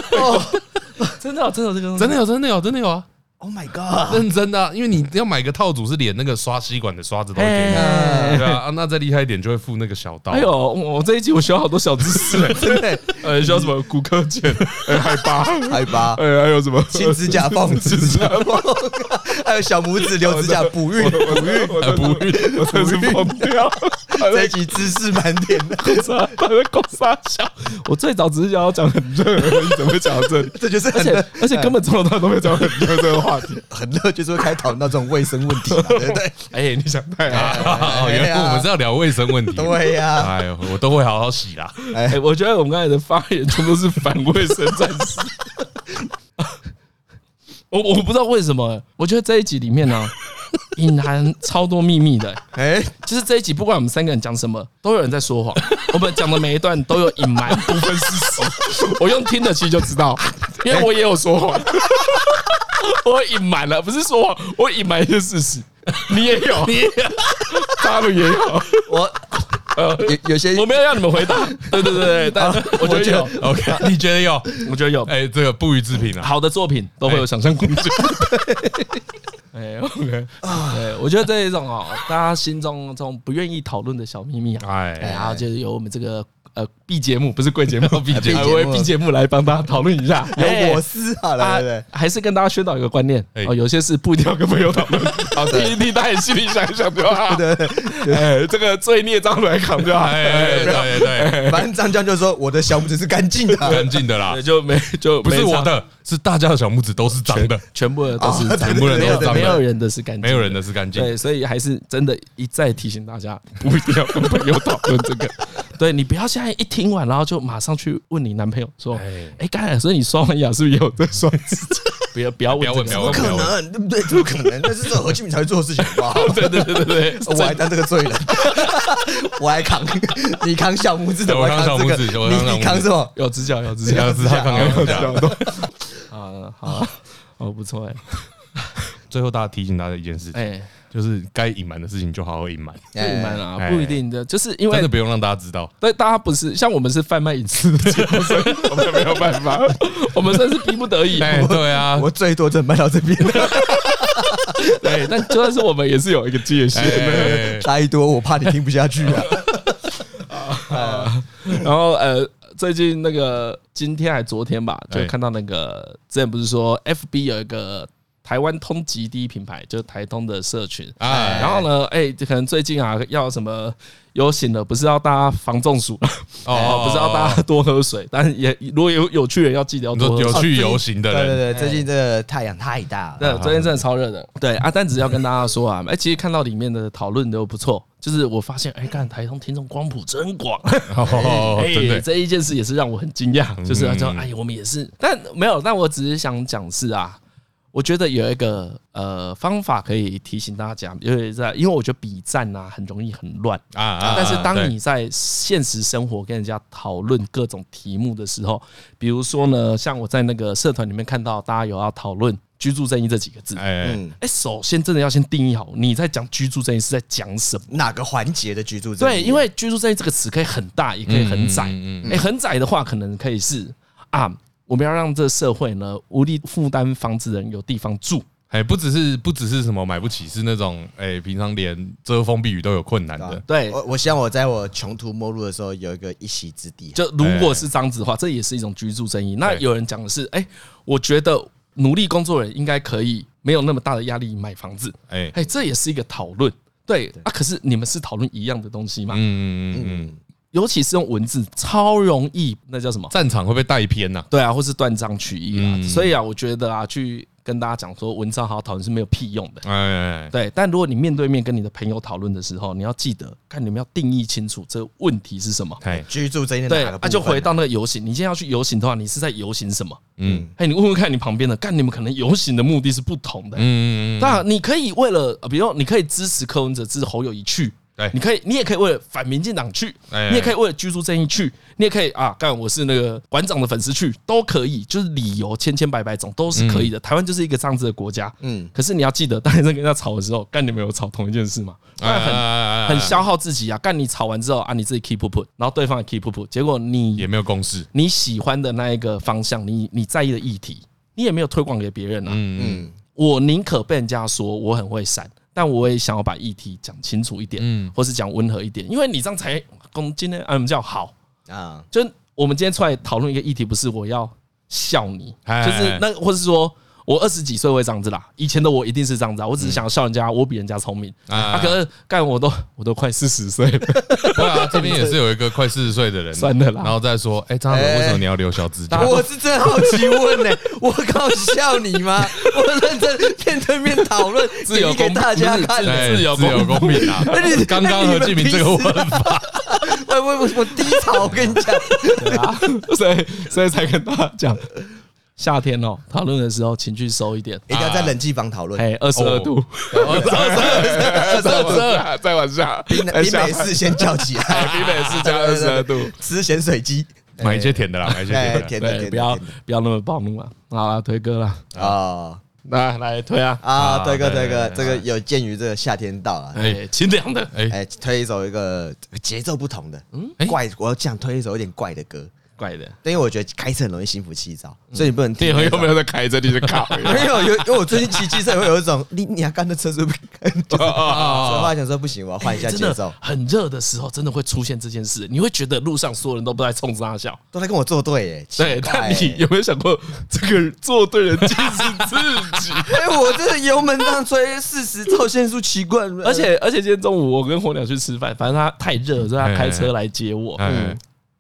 Speaker 1: 真的有真的有这个东西
Speaker 2: 真的有，真的有，真的有啊！
Speaker 3: ？Oh my god！
Speaker 2: 认真的啊、因为你要买个套组，是连那个刷吸管的刷子都会给你。
Speaker 3: 哎
Speaker 2: 对啊，啊那再厉害一点，就会附那个小刀。
Speaker 1: 哎呦，我这一集我学好多小知识 哎、
Speaker 3: 真的，
Speaker 1: 呃，叫什么骨科碱，
Speaker 4: 海拔，
Speaker 3: 海拔、
Speaker 4: 哎，还有什么？
Speaker 3: 青指甲缝、指甲缝， 还有小拇指留指甲补运。
Speaker 4: 不孕，我
Speaker 2: 呃不孕，
Speaker 4: 我真是疯掉，还
Speaker 3: 这
Speaker 4: 在
Speaker 3: 一集知识满点的，
Speaker 1: 他在搞傻笑。我最早只是想要讲很热，
Speaker 4: 你怎么会讲到这里？
Speaker 3: 这就是
Speaker 1: 而
Speaker 3: 很
Speaker 1: 且而且根本从头到尾都没有讲很热。
Speaker 4: 就这个话题，
Speaker 3: 很热，就是会开讨论到这种卫生问题嘛，对不对？
Speaker 2: 哎，你想
Speaker 4: 太好了。
Speaker 2: 哦，原来我们是要聊卫生问题。
Speaker 3: 对呀，
Speaker 2: 哎呦，我都会好好洗啦。
Speaker 1: 哎、我觉得我们刚才的发言全部是反卫生战士。 我我不知道为什么、我觉得这一集里面呢、 隐含超多秘密的、
Speaker 3: 哎，
Speaker 1: 就是这一集，不管我们三个人讲什么，都有人在说谎。我们讲的每一段都有隐瞒部分事实。我用听的其实就知道，因为我也有说谎，我隐瞒了，不是说谎，我隐瞒一些事实。你也有，你也有，大陆也有。
Speaker 3: 我
Speaker 1: 呃
Speaker 3: 有有些
Speaker 1: 我没有让你们回答，对对对对，但啊我觉得有，
Speaker 2: OK，你觉得有？
Speaker 1: 我觉得有，
Speaker 2: 哎，这个不予置评啊。
Speaker 1: 好的作品都会有想象空间。 哎，OK，对，我觉得这一种哦，大家心中这种不愿意讨论的小秘密啊，
Speaker 2: 哎，
Speaker 1: 然后就是由我们这个呃 B 节目，不是贵节 目 B
Speaker 3: 节目
Speaker 1: 为 B 节目来帮大家讨论一 下。
Speaker 3: 有我私啊，来来来，
Speaker 1: 还是跟大家宣导一个观念
Speaker 2: 哎
Speaker 1: 哦，有些事不一定要跟朋友讨 论，啊，听一听，大家也心里想一想就好。对，哎，这个罪孽张来扛就好，
Speaker 2: 哎哎，
Speaker 1: 哎，
Speaker 2: 对对，
Speaker 3: 反正张江就说我的小拇指是干 净的，
Speaker 2: 干净 的啦
Speaker 1: 对，， 就没就
Speaker 2: 不是
Speaker 1: 没差
Speaker 2: 我，的，是大家的小拇指都是脏 的，
Speaker 1: 全部的都是
Speaker 3: 哦
Speaker 1: 脏的
Speaker 2: 全部人都
Speaker 1: 没
Speaker 2: 是
Speaker 1: 有
Speaker 2: 脏的
Speaker 1: 没有人的是干净，
Speaker 2: 没有人的是干净。
Speaker 1: 对，所以还是真的，一再提醒大家，不一定要跟朋友讨论 这个。对你不要现在一听完，然后就马上去问你男朋友说：“
Speaker 2: 哎
Speaker 1: 哎，刚才所以你刷完牙是不是也有在刷指甲？” 不要不要
Speaker 2: 不要问
Speaker 1: 问这个，
Speaker 2: 不
Speaker 3: 不可能，对不对？怎么可能？那是这何俊敏才会做的事情，好不好？
Speaker 1: 对对对对对，
Speaker 3: 我还当这个罪人， 我还扛，你扛小拇指
Speaker 2: 对
Speaker 3: 的，我
Speaker 2: 我
Speaker 3: 还
Speaker 2: 扛
Speaker 3: 扛这
Speaker 2: 小拇指
Speaker 3: 个，
Speaker 2: 我扛小拇
Speaker 3: 你
Speaker 2: 指
Speaker 3: 你扛什么？
Speaker 1: 有指甲 有指
Speaker 2: 这
Speaker 1: 甲
Speaker 2: 样子他刚刚讲。
Speaker 1: 啊，好 哦，不错哎
Speaker 2: 最后，大家提醒大家一件事情，
Speaker 1: 哎，
Speaker 2: 就是该隐瞒的事情就好好隐瞒，
Speaker 1: 不隐瞒啊，
Speaker 2: 哎
Speaker 1: 不一定的，就是因
Speaker 2: 真的
Speaker 1: 为
Speaker 2: 不用让大家知道。
Speaker 1: 对大家不是像我们是贩卖隐私的节目，所以我们没有办法，我们算是逼不 得已。
Speaker 2: 哎，对啊，
Speaker 3: 我最多只能搬到这边，
Speaker 1: 对，但就算是我们也是有一个界限的。
Speaker 2: 哎
Speaker 3: 太多我怕你听不下去啊。
Speaker 1: 然后呃，最近那个今天还昨天吧，
Speaker 2: 哎
Speaker 1: 就看到那个之前不是说 FB 有一个台湾通缉第一品牌，就是台通的社群。
Speaker 2: 哎，
Speaker 1: 然后呢，哎、可能最近啊，要什么有醒了，不是要大家防中暑，哦， 不是要大家多喝水，但是也如果有有趣人要记得要
Speaker 2: 你
Speaker 1: 多
Speaker 2: 说
Speaker 1: 喝
Speaker 2: 有
Speaker 1: 水。
Speaker 2: 去游行的
Speaker 3: 对
Speaker 2: 人，
Speaker 3: 对对，最近这个太阳太大了。
Speaker 1: 对，
Speaker 2: 啊
Speaker 1: 昨天真的超热的。对啊，但只要跟大家说啊，哎、其实看到里面的讨论都不错，就是我发现，哎、看台通听众光谱真广，
Speaker 2: 哦，
Speaker 1: 哎、
Speaker 2: 真的，
Speaker 1: 这一件事也是让我很惊讶，就是
Speaker 2: 嗯
Speaker 1: 说，哎，我们也是，但没有，但我只是想讲是啊，我觉得有一个呃方法可以提醒大家，因为在因为我觉得比战啊很容易很乱，
Speaker 2: 啊啊！
Speaker 1: 但是当
Speaker 2: 对
Speaker 1: 你在现实生活跟人家讨论各种题目的时候，比如说呢，像我在那个社团里面看到大家有要讨论居住正义这几个字，哎、
Speaker 2: 哎，
Speaker 3: 嗯，
Speaker 1: 首先真的要先定义好你在讲居住正义是在讲什么。
Speaker 3: 哪个环节的居住正义？
Speaker 1: 对，因为居住正义这个词可以很大，也可以很窄。
Speaker 2: 嗯
Speaker 1: 哎、很窄的话，可能可以是啊，我们要让这社会呢无力负担房子人有地方住。
Speaker 2: 哎，不只是不只是什么买不起，是那种哎，平常连遮风避雨都有困难的。
Speaker 1: 对，啊
Speaker 3: 我我希望我在我穷途末路的时候有一个一席之地。啊
Speaker 1: 就如果是这样子的话，这也是一种居住正义。那有人讲的是，哎、我觉得努力工作人应该可以没有那么大的压力买房子。
Speaker 2: 哎，
Speaker 1: 哎、这也是一个讨论。对啊，可是你们是讨论一样的东西吗？
Speaker 2: 嗯嗯嗯嗯，
Speaker 1: 尤其是用文字，超容易，那叫什么？
Speaker 2: 战场会被带偏呐。
Speaker 1: 对啊，或是断章取义啦。
Speaker 2: 嗯
Speaker 1: 所以啊，我觉得啊，去跟大家讲说文章好好讨论是没有屁用的。
Speaker 2: 哎，
Speaker 1: 对，但如果你面对面跟你的朋友讨论的时候，你要记得，看你们要定义清楚这个问题是什么。
Speaker 2: 哎，
Speaker 3: 居住正义的
Speaker 1: 对，
Speaker 3: 哪个部
Speaker 1: 那、
Speaker 3: 分？啊
Speaker 1: 就回到那个游行。你现在要去游行的话，你是在游行什么？
Speaker 2: 嗯
Speaker 1: 哎，你问问看你旁边的，干你们可能游行的目的是不同的。
Speaker 2: 嗯嗯，
Speaker 1: 那你可以为了，呃比如说你可以支持柯文哲、支持侯友谊去，
Speaker 2: 对
Speaker 1: 你可以，你也可以为了反民进党去，
Speaker 2: 哎
Speaker 1: 你也可以为了居住正义去，你也可以啊，干我是那个馆长的粉丝去，都可以，就是理由千千百百种都是可
Speaker 2: 嗯
Speaker 1: 以的。台湾就是一个这样子的国家，嗯
Speaker 3: 嗯，
Speaker 1: 可是你要记得，当你在跟人家吵的时候，干你们有吵同一件事吗？
Speaker 2: 很
Speaker 1: 很消耗自己啊！干你吵完之后啊，你自己 keep up，然后对方也 keep up，结果
Speaker 2: 也
Speaker 1: 你
Speaker 2: 没有共识。
Speaker 1: 你喜欢的那一个方向，你你在意的议题，你也没有推广给别人啊。
Speaker 2: 嗯
Speaker 1: 我宁可被人家说我很会闪，但我也想要把议题讲清楚一点，
Speaker 2: 嗯
Speaker 1: 或是讲温和一点，因为你这样才公今天啊，我们叫好，
Speaker 3: 啊，
Speaker 1: 就是我们今天出来讨论一个议题，不是我要笑你，
Speaker 2: 哎
Speaker 1: 就是那或是说。我二十几岁会这样子啦，以前的我一定是这样子啊，我只是想要笑人家，我比人家聪明
Speaker 2: 啊
Speaker 1: 啊。可是干我都我都快四十岁了，
Speaker 2: 对啊，这边也是有一个快四十岁的人，
Speaker 1: 算了啦
Speaker 2: 然后再说，哎，张翰文，为什么你要留小指甲？
Speaker 3: 我是真好奇问呢、 我靠笑你吗？ 我认真面对面讨论，
Speaker 1: 自由
Speaker 3: 给
Speaker 1: 公
Speaker 3: 你给大家看。 哎
Speaker 2: 哎
Speaker 1: 自由
Speaker 2: 自由公民啊！ 刚刚何敬明这个问法，
Speaker 3: 我我我我低潮，我跟你 讲，
Speaker 1: 对啊，所以所以才跟大家讲，夏天哦，讨论的时候情绪收一点，
Speaker 3: 一定要在冷气房讨论。
Speaker 1: 哎，二十二度， 22再往下，
Speaker 3: 比比美式先叫 起来，
Speaker 1: 比美式
Speaker 3: 加22
Speaker 1: 度，
Speaker 3: 吃咸水鸡，
Speaker 2: 买一些甜的啦，买一些
Speaker 3: 哎，
Speaker 2: 甜的。
Speaker 3: 甜的
Speaker 1: 对，
Speaker 3: 甜
Speaker 1: 不要
Speaker 3: 的
Speaker 1: 不要那么暴怒啊！好了，推哥了，
Speaker 3: 啊，
Speaker 1: 那来推啊，
Speaker 3: 啊，
Speaker 2: 啊
Speaker 3: 对哥，
Speaker 2: 对
Speaker 3: 对哥，
Speaker 2: 对
Speaker 3: 这个有鉴于这个夏天到了，
Speaker 1: 哎，清凉的，
Speaker 2: 哎
Speaker 3: 哎，推一首一个节奏不同的，嗯
Speaker 2: 哎，
Speaker 3: 怪，我想推一首有点怪的歌，
Speaker 1: 怪的。
Speaker 3: 但因为我觉得开车很容易心浮气躁，
Speaker 1: 嗯
Speaker 3: 所以你不能
Speaker 5: 你
Speaker 3: 听那
Speaker 5: 有
Speaker 3: 种。
Speaker 5: 有没有在开着你的靠？
Speaker 3: 没有，有因为我最近骑机车会有一种 你你要干的车速不跟，就是
Speaker 2: 哦
Speaker 3: 我后
Speaker 2: 哦
Speaker 3: 来想说不行，我要换一下
Speaker 1: 哎真
Speaker 3: 节
Speaker 1: 的
Speaker 3: 奏，
Speaker 1: 很热的时候，真的会出现这件事，你会觉得路上所有人都不在冲傻笑。
Speaker 3: 都在跟我作对耶。奇
Speaker 1: 对，
Speaker 3: 怪
Speaker 1: 但
Speaker 3: 耶
Speaker 1: 你有没有想过，这个做对 人竟是自己？
Speaker 3: 哎，我这个油门这样吹四十照限速奇怪，
Speaker 1: 而且而且今天中午我跟火鸟去吃饭，反正他太热了，所以他开车来接我嗯
Speaker 2: 哦，，哎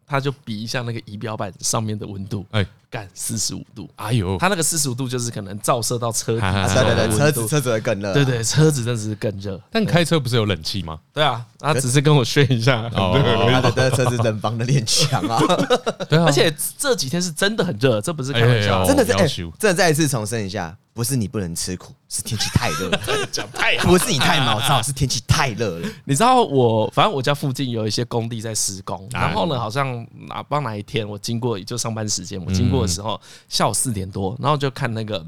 Speaker 1: 他就比一下那个仪表板上面的温度，
Speaker 2: 哎，
Speaker 1: 干四十五度，
Speaker 2: 哎呦，
Speaker 1: 他那个四十五度就是可能照射到车底之后
Speaker 3: 啊
Speaker 1: 的
Speaker 3: 对对对，车
Speaker 1: 温度，
Speaker 3: 子车子会更热，
Speaker 1: 对，对，车子真的是更热。
Speaker 2: 但开车不是有冷气吗？
Speaker 1: 对啊，他只是跟我炫一下，
Speaker 2: 哦，
Speaker 3: 他的这个啊车子冷房的练强啊，
Speaker 2: 对啊，
Speaker 1: 而且这几天是真的很热，这不是开玩
Speaker 2: 哎哎
Speaker 1: 笑
Speaker 2: 哎。
Speaker 3: 真的是
Speaker 2: 要
Speaker 3: 哎
Speaker 2: 修，
Speaker 3: 真的再一次重申一下，不是你不能吃苦，是天气太热了，
Speaker 1: 讲太
Speaker 3: 不是你太毛躁，是天气太热了。
Speaker 1: 你知道我，反正我家附近有一些工地在施工，
Speaker 3: 哎
Speaker 1: 然后呢，好像哪不知道哪一天我经过，就上班时间，我经过的时
Speaker 3: 嗯
Speaker 1: 候，下午四点多，然后就看那个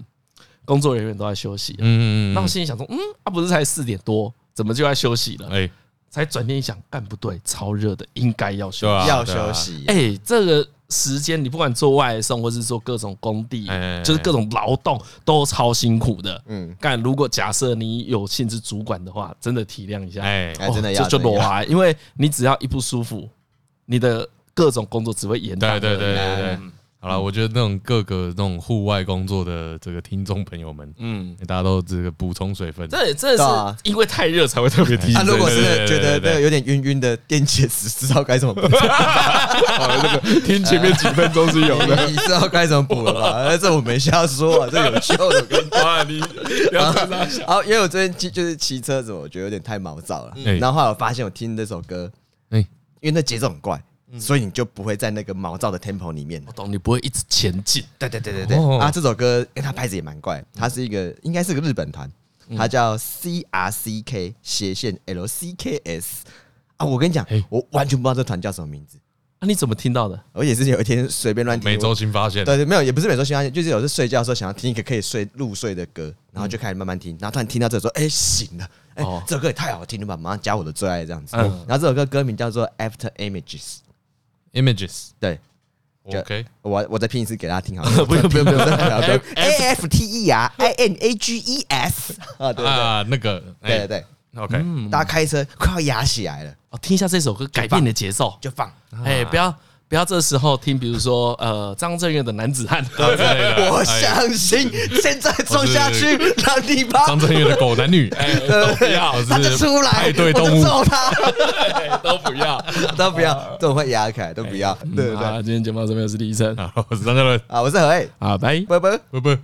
Speaker 1: 工作人员都在休息，
Speaker 2: 嗯，
Speaker 1: 那我心里想说，嗯，啊，不是才四点多，怎么就在休息了？
Speaker 2: 哎，
Speaker 1: 才转念一想，干不对，超热的，应该要休
Speaker 2: 对啊，
Speaker 3: 要
Speaker 2: 对啊
Speaker 3: 休。息。
Speaker 1: 哎、这个时间你不管做外送，或是做各种工地，
Speaker 2: 哎哎哎
Speaker 1: 就是各种劳动，都超辛苦的。
Speaker 3: 嗯
Speaker 1: 嗯，但如果假设你有幸是主管的话，真的体谅一下，哦
Speaker 2: 哎
Speaker 3: 哎真的要
Speaker 1: 就就
Speaker 3: 真的
Speaker 1: 裸
Speaker 3: 要
Speaker 1: 啊，因为你只要一不舒服，你的各种工作只会
Speaker 3: 啊
Speaker 1: 延
Speaker 2: 对
Speaker 1: 宕。
Speaker 2: 对对对对。好
Speaker 3: 嗯
Speaker 2: 了，我觉得那种各个那种户外工作的这个听众朋友们，
Speaker 1: 嗯，
Speaker 2: 大家都这个补充水分。
Speaker 1: 这也真
Speaker 3: 对
Speaker 1: 的
Speaker 3: 啊哎
Speaker 1: 是因为太热才会特别提醒。
Speaker 3: 他、啊如果
Speaker 2: 对对
Speaker 3: 是
Speaker 2: 对
Speaker 3: 觉得
Speaker 2: 对对
Speaker 3: 那个有点晕晕的电解质，知道该怎么补，
Speaker 1: 听前面几分钟是有的。
Speaker 3: 你知道该怎么补了吧？呃这我没瞎说、啊，这有效的。我 跟你
Speaker 1: 哇，你
Speaker 3: 讲，然后因为我最近骑就是骑车子，我觉得有点太毛躁了。
Speaker 2: 哎
Speaker 3: 然后后来我发现我听这首歌，
Speaker 2: 哎
Speaker 3: 因为那节奏很怪，
Speaker 2: 嗯
Speaker 3: 所以你就不会在那个毛躁的 tempo 里面
Speaker 1: 我。懂，你不会一直前进。
Speaker 3: 对对对对对。
Speaker 2: 哦
Speaker 3: 啊，这首歌，哎、它拍子也蛮怪，它是一个应该是个日本团，
Speaker 2: 嗯
Speaker 3: 它叫 C R C K 斜线 L C K S。啊，我跟你讲
Speaker 2: 嘿，
Speaker 3: 我完全不知道这团叫什么名字，
Speaker 1: 啊，你怎么听到的？
Speaker 3: 我也是有一天随便乱听。
Speaker 2: 每周新发现，
Speaker 3: 对对，没有，也不是每周新发现，就是有时候睡觉的时候想要听一个可以睡入睡的歌，然后就开始慢慢听，然后突然听到这首说，哎、醒了，哎、
Speaker 1: 哦
Speaker 3: 这首歌也太好听了吧，马上加我的最爱这样子。
Speaker 1: 嗯
Speaker 3: 然后这首歌歌名叫做 After Images，
Speaker 2: images
Speaker 3: 对就
Speaker 2: OK，
Speaker 3: 我我再拼一次给大家听好 了，
Speaker 1: 不用不用不 用
Speaker 3: ，A F T E R I N A G E S 啊，对对
Speaker 2: 啊，那个
Speaker 3: 对
Speaker 2: 哎
Speaker 3: 对对，嗯
Speaker 2: OK，
Speaker 3: 大家开车快要压起来了，
Speaker 1: 哦，听一下这首歌，改变你的节奏。
Speaker 3: 就啊放。
Speaker 1: 哎、不要不要这时候听，比如说呃张震岳的《男子汉》
Speaker 2: 之类的
Speaker 3: 我
Speaker 2: 哎
Speaker 3: 相信现在撞下去，让你把
Speaker 2: 张震岳的狗男女， 哎，都不要，
Speaker 3: 他就是出来，
Speaker 2: 派
Speaker 3: 我
Speaker 2: 对
Speaker 3: 就
Speaker 2: 动物，啊
Speaker 3: 揍他。
Speaker 1: 都不要。
Speaker 3: 都不要，这种会压开，都
Speaker 2: 哎
Speaker 1: 嗯
Speaker 3: 不要，对
Speaker 2: 嗯
Speaker 3: 不对？
Speaker 1: 好，今天节目到这边，我是李医生，
Speaker 2: 好我是张嘉伦，
Speaker 3: 啊，我是何诶，
Speaker 1: 好，拜。
Speaker 3: 拜拜。
Speaker 2: 拜拜。